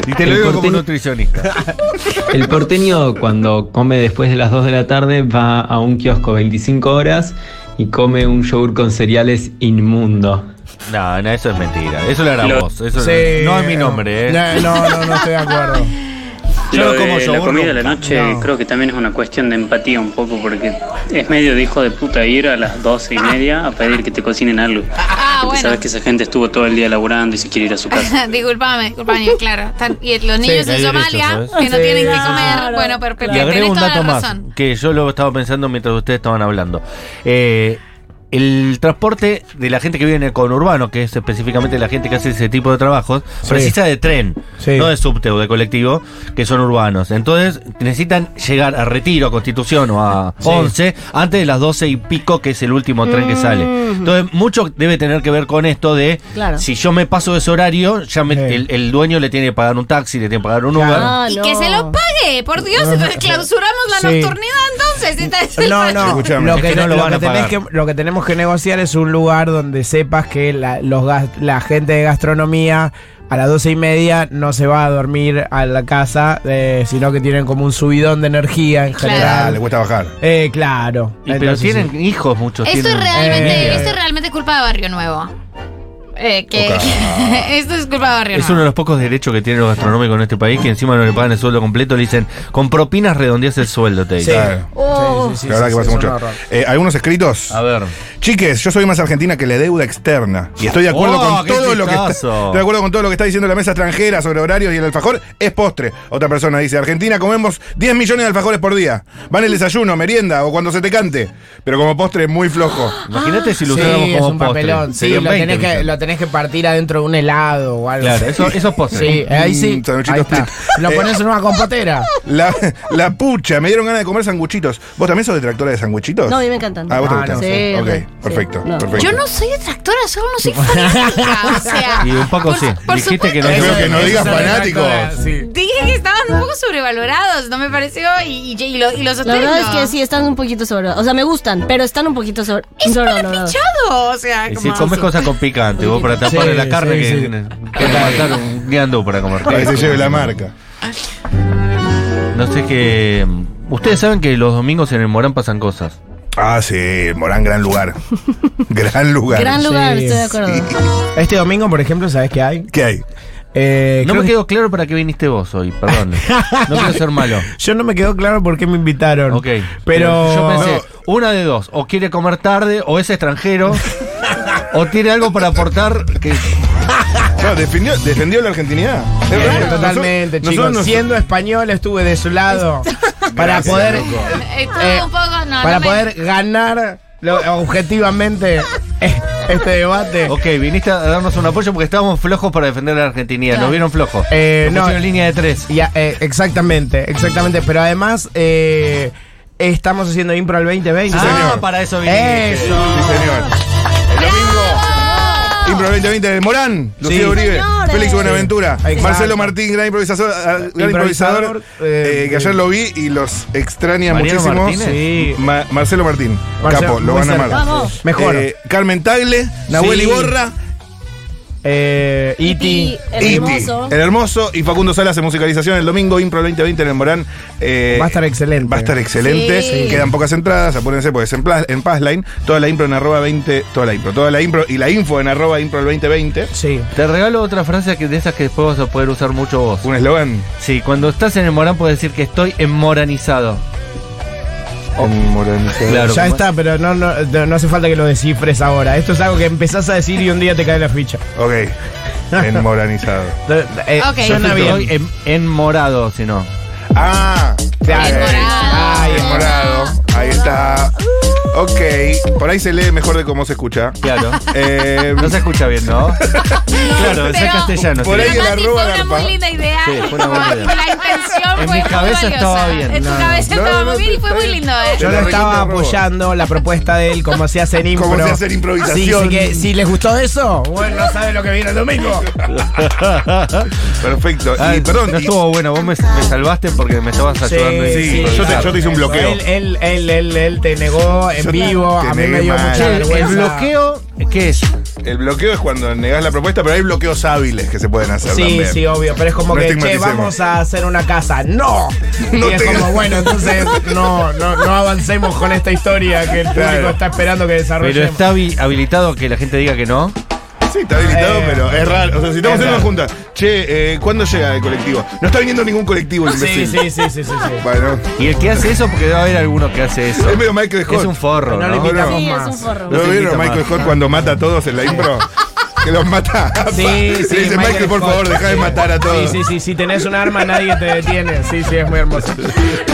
[SPEAKER 1] Y te lo
[SPEAKER 8] El
[SPEAKER 1] digo como
[SPEAKER 8] porteño-
[SPEAKER 1] nutricionista.
[SPEAKER 8] El porteño cuando come después de las 2 de la tarde va a un kiosco 25 horas y come un yogur con cereales inmundo.
[SPEAKER 1] No, no, eso es mentira. Eso lo hará vos. Eso
[SPEAKER 2] Sí,
[SPEAKER 1] no es mi nombre, ¿eh?
[SPEAKER 2] No, no, no, no estoy de acuerdo.
[SPEAKER 1] Yo no como yogur. nunca.
[SPEAKER 2] No.
[SPEAKER 11] creo que también es una cuestión de empatía un poco, porque es medio de hijo de puta ir a las doce y media a pedir que te cocinen algo.
[SPEAKER 4] Ah,
[SPEAKER 11] Porque
[SPEAKER 4] bueno.
[SPEAKER 11] sabes que esa gente estuvo todo el día laburando y se quiere ir a su casa.
[SPEAKER 4] disculpame, disculpame, claro. Están- y los niños
[SPEAKER 1] hay derecho,
[SPEAKER 4] en Somalia
[SPEAKER 1] ¿sabes?
[SPEAKER 4] que no
[SPEAKER 2] Sí.
[SPEAKER 4] tienen que comer.
[SPEAKER 3] Claro.
[SPEAKER 4] Bueno, pero, pero
[SPEAKER 1] Y agrego
[SPEAKER 4] tenés
[SPEAKER 1] un
[SPEAKER 4] toda
[SPEAKER 1] dato
[SPEAKER 4] la
[SPEAKER 1] más
[SPEAKER 4] razón.
[SPEAKER 1] que yo lo estaba pensando mientras ustedes estaban hablando. Eh, el transporte de la gente que vive en el conurbano, que es específicamente la gente que hace ese tipo de trabajos,
[SPEAKER 2] Sí.
[SPEAKER 1] precisa de tren,
[SPEAKER 2] Sí.
[SPEAKER 1] no de subte o de colectivo, que son urbanos. Entonces necesitan llegar a Retiro, a Constitución o a
[SPEAKER 2] Sí.
[SPEAKER 1] 11 antes de las 12 y pico, que es el último tren que sale.
[SPEAKER 2] Mm.
[SPEAKER 1] Entonces mucho debe tener que ver con esto de
[SPEAKER 3] Claro.
[SPEAKER 1] si yo me paso de ese horario, ya me-
[SPEAKER 2] Sí.
[SPEAKER 1] el, el dueño le tiene que pagar un taxi, le tiene que pagar un
[SPEAKER 2] Claro.
[SPEAKER 1] Uber.
[SPEAKER 3] Ah,
[SPEAKER 4] Y
[SPEAKER 3] no.
[SPEAKER 4] que se lo pague, por Dios, entonces clausuramos la
[SPEAKER 2] Sí.
[SPEAKER 4] nocturnidad entonces. y tal-
[SPEAKER 2] No, no,
[SPEAKER 5] Escuchame,
[SPEAKER 2] lo
[SPEAKER 1] es
[SPEAKER 2] que,
[SPEAKER 1] que no lo
[SPEAKER 2] lo
[SPEAKER 1] van
[SPEAKER 2] que
[SPEAKER 1] a
[SPEAKER 2] tenés
[SPEAKER 1] pagar.
[SPEAKER 2] que- lo que tenemos que negociar es un lugar donde sepas que la, los gas- la gente de gastronomía a las doce y media no se va a dormir a la casa, eh, sino que tienen como un subidón de energía en
[SPEAKER 4] Claro.
[SPEAKER 5] Ah, le
[SPEAKER 2] general.
[SPEAKER 5] cuesta bajar.
[SPEAKER 2] Eh, claro.
[SPEAKER 1] Y pero
[SPEAKER 2] Entonces,
[SPEAKER 1] tienen
[SPEAKER 2] sí.
[SPEAKER 1] hijos muchos.
[SPEAKER 4] Esto es
[SPEAKER 1] tienen-
[SPEAKER 4] realmente,
[SPEAKER 2] Eh.
[SPEAKER 4] esto es realmente culpa de Barrio Nuevo. Eh, que,
[SPEAKER 5] Oca.
[SPEAKER 4] que- esto es culpa de Barrio
[SPEAKER 1] Eh, Es uno
[SPEAKER 4] Nuevo.
[SPEAKER 1] de los pocos derechos que tienen los gastronómicos en este país, que encima no le pagan el sueldo completo, le dicen, con propinas redondeas el sueldo, te
[SPEAKER 2] Sí.
[SPEAKER 1] dicen.
[SPEAKER 5] Claro.
[SPEAKER 3] Oh.
[SPEAKER 2] Sí, sí, sí,
[SPEAKER 5] la verdad
[SPEAKER 2] sí,
[SPEAKER 5] que pasa
[SPEAKER 2] es un
[SPEAKER 5] mucho.
[SPEAKER 2] horror.
[SPEAKER 5] Eh, Algunos escritos.
[SPEAKER 1] A ver.
[SPEAKER 5] Chiques, yo soy más argentina que la deuda externa. Y estoy de acuerdo
[SPEAKER 1] Oh,
[SPEAKER 5] con
[SPEAKER 1] qué
[SPEAKER 5] todo lo que está,
[SPEAKER 1] chistazo.
[SPEAKER 5] estoy de acuerdo con todo lo que está diciendo la mesa extranjera sobre horarios y el alfajor. Es postre. Otra persona dice, Argentina comemos 10 millones de alfajores por día. Van el desayuno, merienda o cuando se te cante. Pero como postre es muy flojo.
[SPEAKER 4] Ah.
[SPEAKER 1] Imagínate si
[SPEAKER 2] Sí,
[SPEAKER 1] lo usáramos
[SPEAKER 2] es
[SPEAKER 1] como
[SPEAKER 2] un
[SPEAKER 1] postre.
[SPEAKER 2] papelón. Sí,
[SPEAKER 1] Serían
[SPEAKER 2] lo
[SPEAKER 1] 20
[SPEAKER 2] tenés, que,
[SPEAKER 1] millones.
[SPEAKER 2] lo tenés que partir adentro de un helado o algo
[SPEAKER 1] Claro,
[SPEAKER 2] así.
[SPEAKER 1] eso, eso es postre.
[SPEAKER 2] Sí, ahí sí.
[SPEAKER 5] Mm, sanguchito
[SPEAKER 2] ahí está.
[SPEAKER 5] split.
[SPEAKER 2] Lo
[SPEAKER 5] Eh,
[SPEAKER 2] pones en una compotera.
[SPEAKER 5] La, la pucha, me dieron ganas de comer sanguchitos. ¿Vos también sos detractora de sanguchitos?
[SPEAKER 3] No, a mí me encantan.
[SPEAKER 5] Ah, vos te
[SPEAKER 2] Ah,
[SPEAKER 5] gustan.
[SPEAKER 2] no,
[SPEAKER 3] sí.
[SPEAKER 5] ok,
[SPEAKER 3] Sí,
[SPEAKER 5] perfecto,
[SPEAKER 3] no.
[SPEAKER 5] perfecto.
[SPEAKER 4] Yo no soy detractora, solo no soy fanática. O sea,
[SPEAKER 1] Y un poco
[SPEAKER 4] por-
[SPEAKER 1] sí.
[SPEAKER 4] por
[SPEAKER 1] Dijiste
[SPEAKER 4] supuesto,
[SPEAKER 1] que no-
[SPEAKER 5] Creo que no
[SPEAKER 2] Eso
[SPEAKER 5] digas
[SPEAKER 2] es una
[SPEAKER 5] fanático.
[SPEAKER 2] cosa, sí.
[SPEAKER 4] Dije que estaban un poco sobrevalorados, no me pareció, y, y, y lo, y lo
[SPEAKER 3] La
[SPEAKER 4] sostengo.
[SPEAKER 3] verdad es que sí, están un poquito sobre. O sea, me gustan, pero están un poquito sobre.
[SPEAKER 4] Es
[SPEAKER 3] sobre-
[SPEAKER 4] para pichado, o sea,
[SPEAKER 1] Y
[SPEAKER 4] como
[SPEAKER 1] si comes cosas con picante, vos para tapar
[SPEAKER 2] Sí,
[SPEAKER 1] la carne
[SPEAKER 2] sí,
[SPEAKER 1] que,
[SPEAKER 2] sí.
[SPEAKER 1] que te mataron un guiando para comer.
[SPEAKER 5] Para que se lleve la marca.
[SPEAKER 1] No sé qué. Ustedes saben que los domingos en el Morán pasan cosas.
[SPEAKER 5] Ah, sí, Morán, gran lugar. gran lugar.
[SPEAKER 3] Gran lugar,
[SPEAKER 2] Sí.
[SPEAKER 3] estoy de acuerdo.
[SPEAKER 2] Este domingo, por ejemplo, ¿sabes qué hay?
[SPEAKER 5] ¿Qué hay?
[SPEAKER 2] Eh,
[SPEAKER 1] No
[SPEAKER 2] creo
[SPEAKER 1] me
[SPEAKER 2] que-
[SPEAKER 1] quedó claro para qué viniste vos hoy, perdón. No quiero ser malo.
[SPEAKER 2] Yo no me quedó claro por qué me invitaron.
[SPEAKER 1] Ok.
[SPEAKER 2] Pero.
[SPEAKER 1] Yo pensé, una de dos. O quiere comer tarde, o es extranjero, o tiene algo para aportar que.
[SPEAKER 5] No, defendió, defendió la argentinidad. Es
[SPEAKER 2] Eh,
[SPEAKER 5] verdad.
[SPEAKER 2] totalmente,
[SPEAKER 5] Nosotros-
[SPEAKER 2] chicos.
[SPEAKER 5] nosotros-
[SPEAKER 2] Siendo español estuve de su lado. para
[SPEAKER 5] Gracias,
[SPEAKER 2] poder.
[SPEAKER 5] loco.
[SPEAKER 4] Estuvo
[SPEAKER 2] eh,
[SPEAKER 4] un poco, no,
[SPEAKER 2] para
[SPEAKER 4] no me-
[SPEAKER 2] poder ganar lo- objetivamente eh, este debate.
[SPEAKER 1] Ok, viniste a darnos un apoyo porque estábamos flojos para defender a la Argentina. Nos vieron flojos.
[SPEAKER 2] Eh,
[SPEAKER 1] Nos
[SPEAKER 2] no.
[SPEAKER 1] pusieron en línea de tres.
[SPEAKER 2] Ya, eh, exactamente, exactamente. Pero además, eh, estamos haciendo impro al 2020.
[SPEAKER 1] ah,
[SPEAKER 5] señor.
[SPEAKER 1] para eso viniste.
[SPEAKER 2] Eso.
[SPEAKER 5] Sí, señor. El domingo. Centro del 2020 de Morán, Lucía
[SPEAKER 2] Sí.
[SPEAKER 5] Uribe,
[SPEAKER 3] Señores.
[SPEAKER 5] Félix Buenaventura,
[SPEAKER 2] Sí. Ahí está.
[SPEAKER 5] Marcelo Martín, gran improvisador, ah, gran
[SPEAKER 2] Improvisador,
[SPEAKER 5] improvisador
[SPEAKER 2] eh,
[SPEAKER 5] eh, que ayer lo vi y los extraña
[SPEAKER 1] Mariano
[SPEAKER 5] muchísimo.
[SPEAKER 1] Martínez.
[SPEAKER 2] Sí.
[SPEAKER 5] Ma- Marcelo Martín,
[SPEAKER 2] Marcelo,
[SPEAKER 5] capo, lo
[SPEAKER 2] muy
[SPEAKER 5] van a amar.
[SPEAKER 2] cerca.
[SPEAKER 3] Vamos.
[SPEAKER 2] Mejor.
[SPEAKER 5] Eh, Carmen Tagle, Nahuel
[SPEAKER 2] Sí.
[SPEAKER 5] Iborra,
[SPEAKER 2] Eh, E.T.
[SPEAKER 3] El
[SPEAKER 5] Iti,
[SPEAKER 3] hermoso.
[SPEAKER 5] el hermoso y Facundo Salas en musicalización el domingo, Impro 2020 en el Morán. Eh,
[SPEAKER 2] Va a estar excelente.
[SPEAKER 5] Va a estar excelente.
[SPEAKER 3] Sí.
[SPEAKER 5] Quedan pocas entradas, apúrense pues en, Pla- en Passline, toda la impro en arroba 20, toda la impro, toda la impro y la info en arroba impro el 2020.
[SPEAKER 2] Sí.
[SPEAKER 1] Te regalo otra frase que de esas que después vas a poder usar mucho vos.
[SPEAKER 5] Un eslogan.
[SPEAKER 1] Sí, cuando estás en el Morán puedes decir que estoy enmoranizado.
[SPEAKER 5] Enmoranizado.
[SPEAKER 1] Claro.
[SPEAKER 2] ya
[SPEAKER 1] como-
[SPEAKER 2] está, pero no, no, no hace falta que lo descifres ahora. Esto es algo que empezás a decir y un día te cae la ficha.
[SPEAKER 5] Ok. Enmoranizado.
[SPEAKER 2] Eh,
[SPEAKER 4] Ok.
[SPEAKER 2] Suena bien.
[SPEAKER 1] Estoy en- enmorado, si no.
[SPEAKER 5] Ah, claro.
[SPEAKER 4] Enmorado.
[SPEAKER 5] Ay, enmorado. Ahí está. Ok. Por ahí se lee mejor de cómo se escucha.
[SPEAKER 1] Claro.
[SPEAKER 5] Eh,
[SPEAKER 1] No se escucha bien, ¿no? claro, este es
[SPEAKER 4] pero-
[SPEAKER 1] castellano.
[SPEAKER 5] Por
[SPEAKER 1] sí.
[SPEAKER 5] ahí
[SPEAKER 4] Pero
[SPEAKER 5] la
[SPEAKER 4] Mati,
[SPEAKER 5] arroba
[SPEAKER 4] fue una
[SPEAKER 5] garpa.
[SPEAKER 4] muy linda idea.
[SPEAKER 1] Sí, fue una buena idea.
[SPEAKER 4] La intención
[SPEAKER 1] En
[SPEAKER 4] fue
[SPEAKER 1] mi
[SPEAKER 4] muy
[SPEAKER 1] cabeza
[SPEAKER 4] valiosa.
[SPEAKER 1] estaba bien.
[SPEAKER 4] En tu
[SPEAKER 2] No,
[SPEAKER 4] cabeza
[SPEAKER 5] no,
[SPEAKER 4] estaba
[SPEAKER 5] no,
[SPEAKER 4] muy bien y
[SPEAKER 5] está
[SPEAKER 4] fue muy
[SPEAKER 5] bien.
[SPEAKER 4] lindo, ¿eh?
[SPEAKER 2] Yo
[SPEAKER 5] Te
[SPEAKER 2] lo
[SPEAKER 5] la
[SPEAKER 2] estaba
[SPEAKER 5] recontra robo.
[SPEAKER 2] apoyando la propuesta de él, cómo se hace en impro.
[SPEAKER 5] Cómo se hace en improvisación.
[SPEAKER 2] Sí, sí que, si les gustó eso, bueno, no saben lo que viene el domingo.
[SPEAKER 5] Perfecto.
[SPEAKER 1] Ah,
[SPEAKER 5] y perdón.
[SPEAKER 1] No
[SPEAKER 5] y-
[SPEAKER 1] estuvo bueno, vos me, me salvaste porque me estabas ayudando.
[SPEAKER 5] sí, yo te- yo te hice un bloqueo.
[SPEAKER 2] Él, él, él, él, él te negó en
[SPEAKER 5] Yo
[SPEAKER 2] vivo,
[SPEAKER 5] te
[SPEAKER 2] a mí me
[SPEAKER 5] negué
[SPEAKER 2] dio
[SPEAKER 5] mal.
[SPEAKER 2] mucha
[SPEAKER 5] Che, el
[SPEAKER 1] El
[SPEAKER 2] vergüenza.
[SPEAKER 1] bloqueo, ¿qué es?
[SPEAKER 5] El bloqueo es cuando negás la propuesta, pero hay bloqueos hábiles que se pueden hacer
[SPEAKER 2] Sí,
[SPEAKER 5] también.
[SPEAKER 2] sí, obvio, pero es como
[SPEAKER 5] No
[SPEAKER 2] que, che,
[SPEAKER 5] estigmaticemos.
[SPEAKER 2] vamos a hacer una casa. ¡No!
[SPEAKER 5] No
[SPEAKER 2] y es
[SPEAKER 5] te-
[SPEAKER 2] como, bueno, entonces no, no, no avancemos con esta historia que el público
[SPEAKER 5] Claro.
[SPEAKER 2] está esperando que
[SPEAKER 1] Pero
[SPEAKER 2] desarrollemos.
[SPEAKER 1] está habi- habilitado que la gente diga que no.
[SPEAKER 5] Sí, está habilitado,
[SPEAKER 2] Eh,
[SPEAKER 5] pero es raro. O sea, si estamos
[SPEAKER 2] es
[SPEAKER 5] en una
[SPEAKER 2] raro.
[SPEAKER 5] junta, che, eh, ¿cuándo llega el colectivo? No está viniendo ningún colectivo, el
[SPEAKER 2] Sí,
[SPEAKER 5] imbécil.
[SPEAKER 2] sí, sí, sí, sí, sí.
[SPEAKER 5] Bueno,
[SPEAKER 1] Y el que hace eso, porque debe haber alguno que hace eso.
[SPEAKER 5] es medio Michael Scott.
[SPEAKER 1] Es un forro,
[SPEAKER 2] No
[SPEAKER 1] ¿no?
[SPEAKER 2] le invitamos
[SPEAKER 3] Sí, es
[SPEAKER 2] más.
[SPEAKER 3] un forro.
[SPEAKER 5] ¿No
[SPEAKER 1] te
[SPEAKER 5] vieron
[SPEAKER 1] invito
[SPEAKER 5] Michael
[SPEAKER 1] más.
[SPEAKER 5] Scott cuando mata a todos en la impro? que los mata. a
[SPEAKER 2] Sí,
[SPEAKER 5] Le
[SPEAKER 2] sí,
[SPEAKER 5] dice, Michael, por
[SPEAKER 2] Scott.
[SPEAKER 5] favor, deja de matar a todos.
[SPEAKER 2] Sí, sí, sí, si tenés un arma nadie te detiene. Sí, sí, es muy hermoso.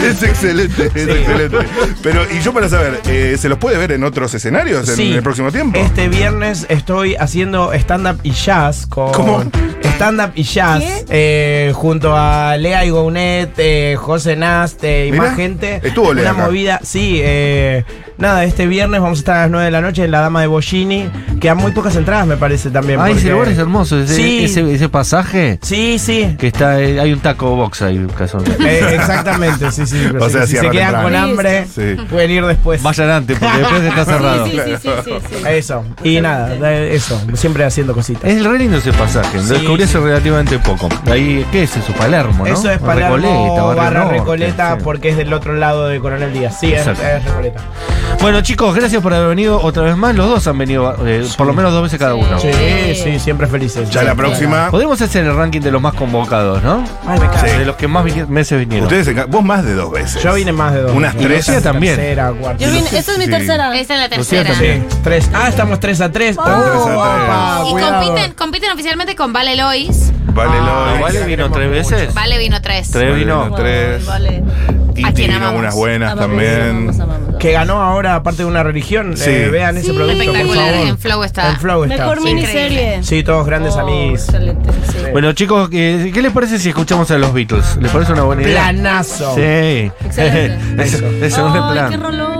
[SPEAKER 5] Es excelente, es excelente. Pero, y yo para saber, eh, ¿se los puede ver en otros escenarios en
[SPEAKER 2] Sí.
[SPEAKER 5] el próximo tiempo?
[SPEAKER 2] Este viernes estoy haciendo stand-up y jazz con.
[SPEAKER 5] ¿Cómo?
[SPEAKER 2] Stand-up y jazz eh, junto a Lea y Gounet, eh, José Nast eh, y
[SPEAKER 5] Mirá,
[SPEAKER 2] más gente.
[SPEAKER 5] estuvo Lea
[SPEAKER 2] Una
[SPEAKER 5] acá.
[SPEAKER 2] movida, sí. eh, nada, este viernes vamos a estar a las 9 de la noche en La Dama de Bollini. Quedan muy pocas entradas, me parece también.
[SPEAKER 1] Ay, ese
[SPEAKER 2] porque-
[SPEAKER 1] lugar es hermoso. Ese,
[SPEAKER 2] Sí.
[SPEAKER 1] ese, ese pasaje
[SPEAKER 2] Sí, sí.
[SPEAKER 1] que está. eh, Hay un taco box ahí, casualmente.
[SPEAKER 2] Eh, exactamente, sí, sí.
[SPEAKER 5] O
[SPEAKER 2] sí,
[SPEAKER 5] sea,
[SPEAKER 2] si se
[SPEAKER 5] cierra
[SPEAKER 2] quedan
[SPEAKER 5] temprano.
[SPEAKER 2] con hambre,
[SPEAKER 5] Sí.
[SPEAKER 2] pueden ir después.
[SPEAKER 1] Vayan antes, porque después está cerrado.
[SPEAKER 3] Sí, sí, sí, sí, sí, sí.
[SPEAKER 2] Eso. Y nada, eh, eso. Siempre haciendo cositas.
[SPEAKER 1] Es re lindo ese pasaje, lo
[SPEAKER 2] Sí,
[SPEAKER 1] descubrí hace relativamente poco. Ahí, ¿qué es eso? Palermo, ¿no?
[SPEAKER 2] Eso es Palermo
[SPEAKER 1] Barrio
[SPEAKER 2] barra
[SPEAKER 1] Norte,
[SPEAKER 2] Recoleta
[SPEAKER 1] sí.
[SPEAKER 2] porque es del otro lado de Coronel Díaz. Sí, es,
[SPEAKER 1] Exacto.
[SPEAKER 2] es Recoleta.
[SPEAKER 1] Bueno, chicos, gracias por haber venido otra vez más. Los dos han venido, eh, por lo menos dos veces cada uno.
[SPEAKER 3] Sí.
[SPEAKER 2] Sí, sí, siempre felices.
[SPEAKER 5] Ya la próxima.
[SPEAKER 1] Podemos hacer el ranking de los más convocados, ¿no?
[SPEAKER 2] Ay, me cago.
[SPEAKER 1] De los que más vini- meses vinieron.
[SPEAKER 5] Ustedes, se ca- vos más de dos veces.
[SPEAKER 2] Yo vine más de dos.
[SPEAKER 5] Unas
[SPEAKER 2] Y
[SPEAKER 5] tres.
[SPEAKER 2] Lucía
[SPEAKER 1] también.
[SPEAKER 2] Tercera, cuarta.
[SPEAKER 3] Yo vine, esta es mi
[SPEAKER 5] Sí.
[SPEAKER 3] tercera.
[SPEAKER 4] Esa es la
[SPEAKER 1] Lucía
[SPEAKER 4] tercera.
[SPEAKER 1] también.
[SPEAKER 2] Tres. Ah, estamos tres a tres.
[SPEAKER 5] Estamos tres a tres. Ah,
[SPEAKER 2] opa,
[SPEAKER 4] Y
[SPEAKER 2] cuidado.
[SPEAKER 4] compiten, compiten oficialmente con Vale Lois.
[SPEAKER 5] Vale,
[SPEAKER 1] Ah,
[SPEAKER 5] Lois.
[SPEAKER 1] ¿Vale vino tres veces?
[SPEAKER 4] Vale vino tres.
[SPEAKER 1] Tres. vino.
[SPEAKER 3] Ay,
[SPEAKER 5] tres.
[SPEAKER 3] Vale.
[SPEAKER 5] Y
[SPEAKER 4] ¿A quién
[SPEAKER 5] tiene
[SPEAKER 4] amamos?
[SPEAKER 5] unas buenas
[SPEAKER 3] Amamos,
[SPEAKER 5] también.
[SPEAKER 3] amamos, amamos, amamos.
[SPEAKER 2] Que ganó ahora, aparte de una religión.
[SPEAKER 5] Sí.
[SPEAKER 2] Eh, vean ese
[SPEAKER 3] Sí.
[SPEAKER 2] producto, por
[SPEAKER 4] Espectacular.
[SPEAKER 2] favor.
[SPEAKER 4] En Flow está.
[SPEAKER 2] En Flow está.
[SPEAKER 3] Mejor
[SPEAKER 2] sí.
[SPEAKER 3] miniserie.
[SPEAKER 2] Sí, todos grandes
[SPEAKER 3] Oh,
[SPEAKER 2] amigos.
[SPEAKER 3] Excelente. sí.
[SPEAKER 1] Bueno, chicos, eh, ¿qué les parece si escuchamos a los Beatles? ¿Les parece una buena idea?
[SPEAKER 2] Planazo.
[SPEAKER 1] Sí.
[SPEAKER 3] Excelente.
[SPEAKER 1] Eso, eso, un
[SPEAKER 3] Ay,
[SPEAKER 1] plan.
[SPEAKER 3] qué rolón.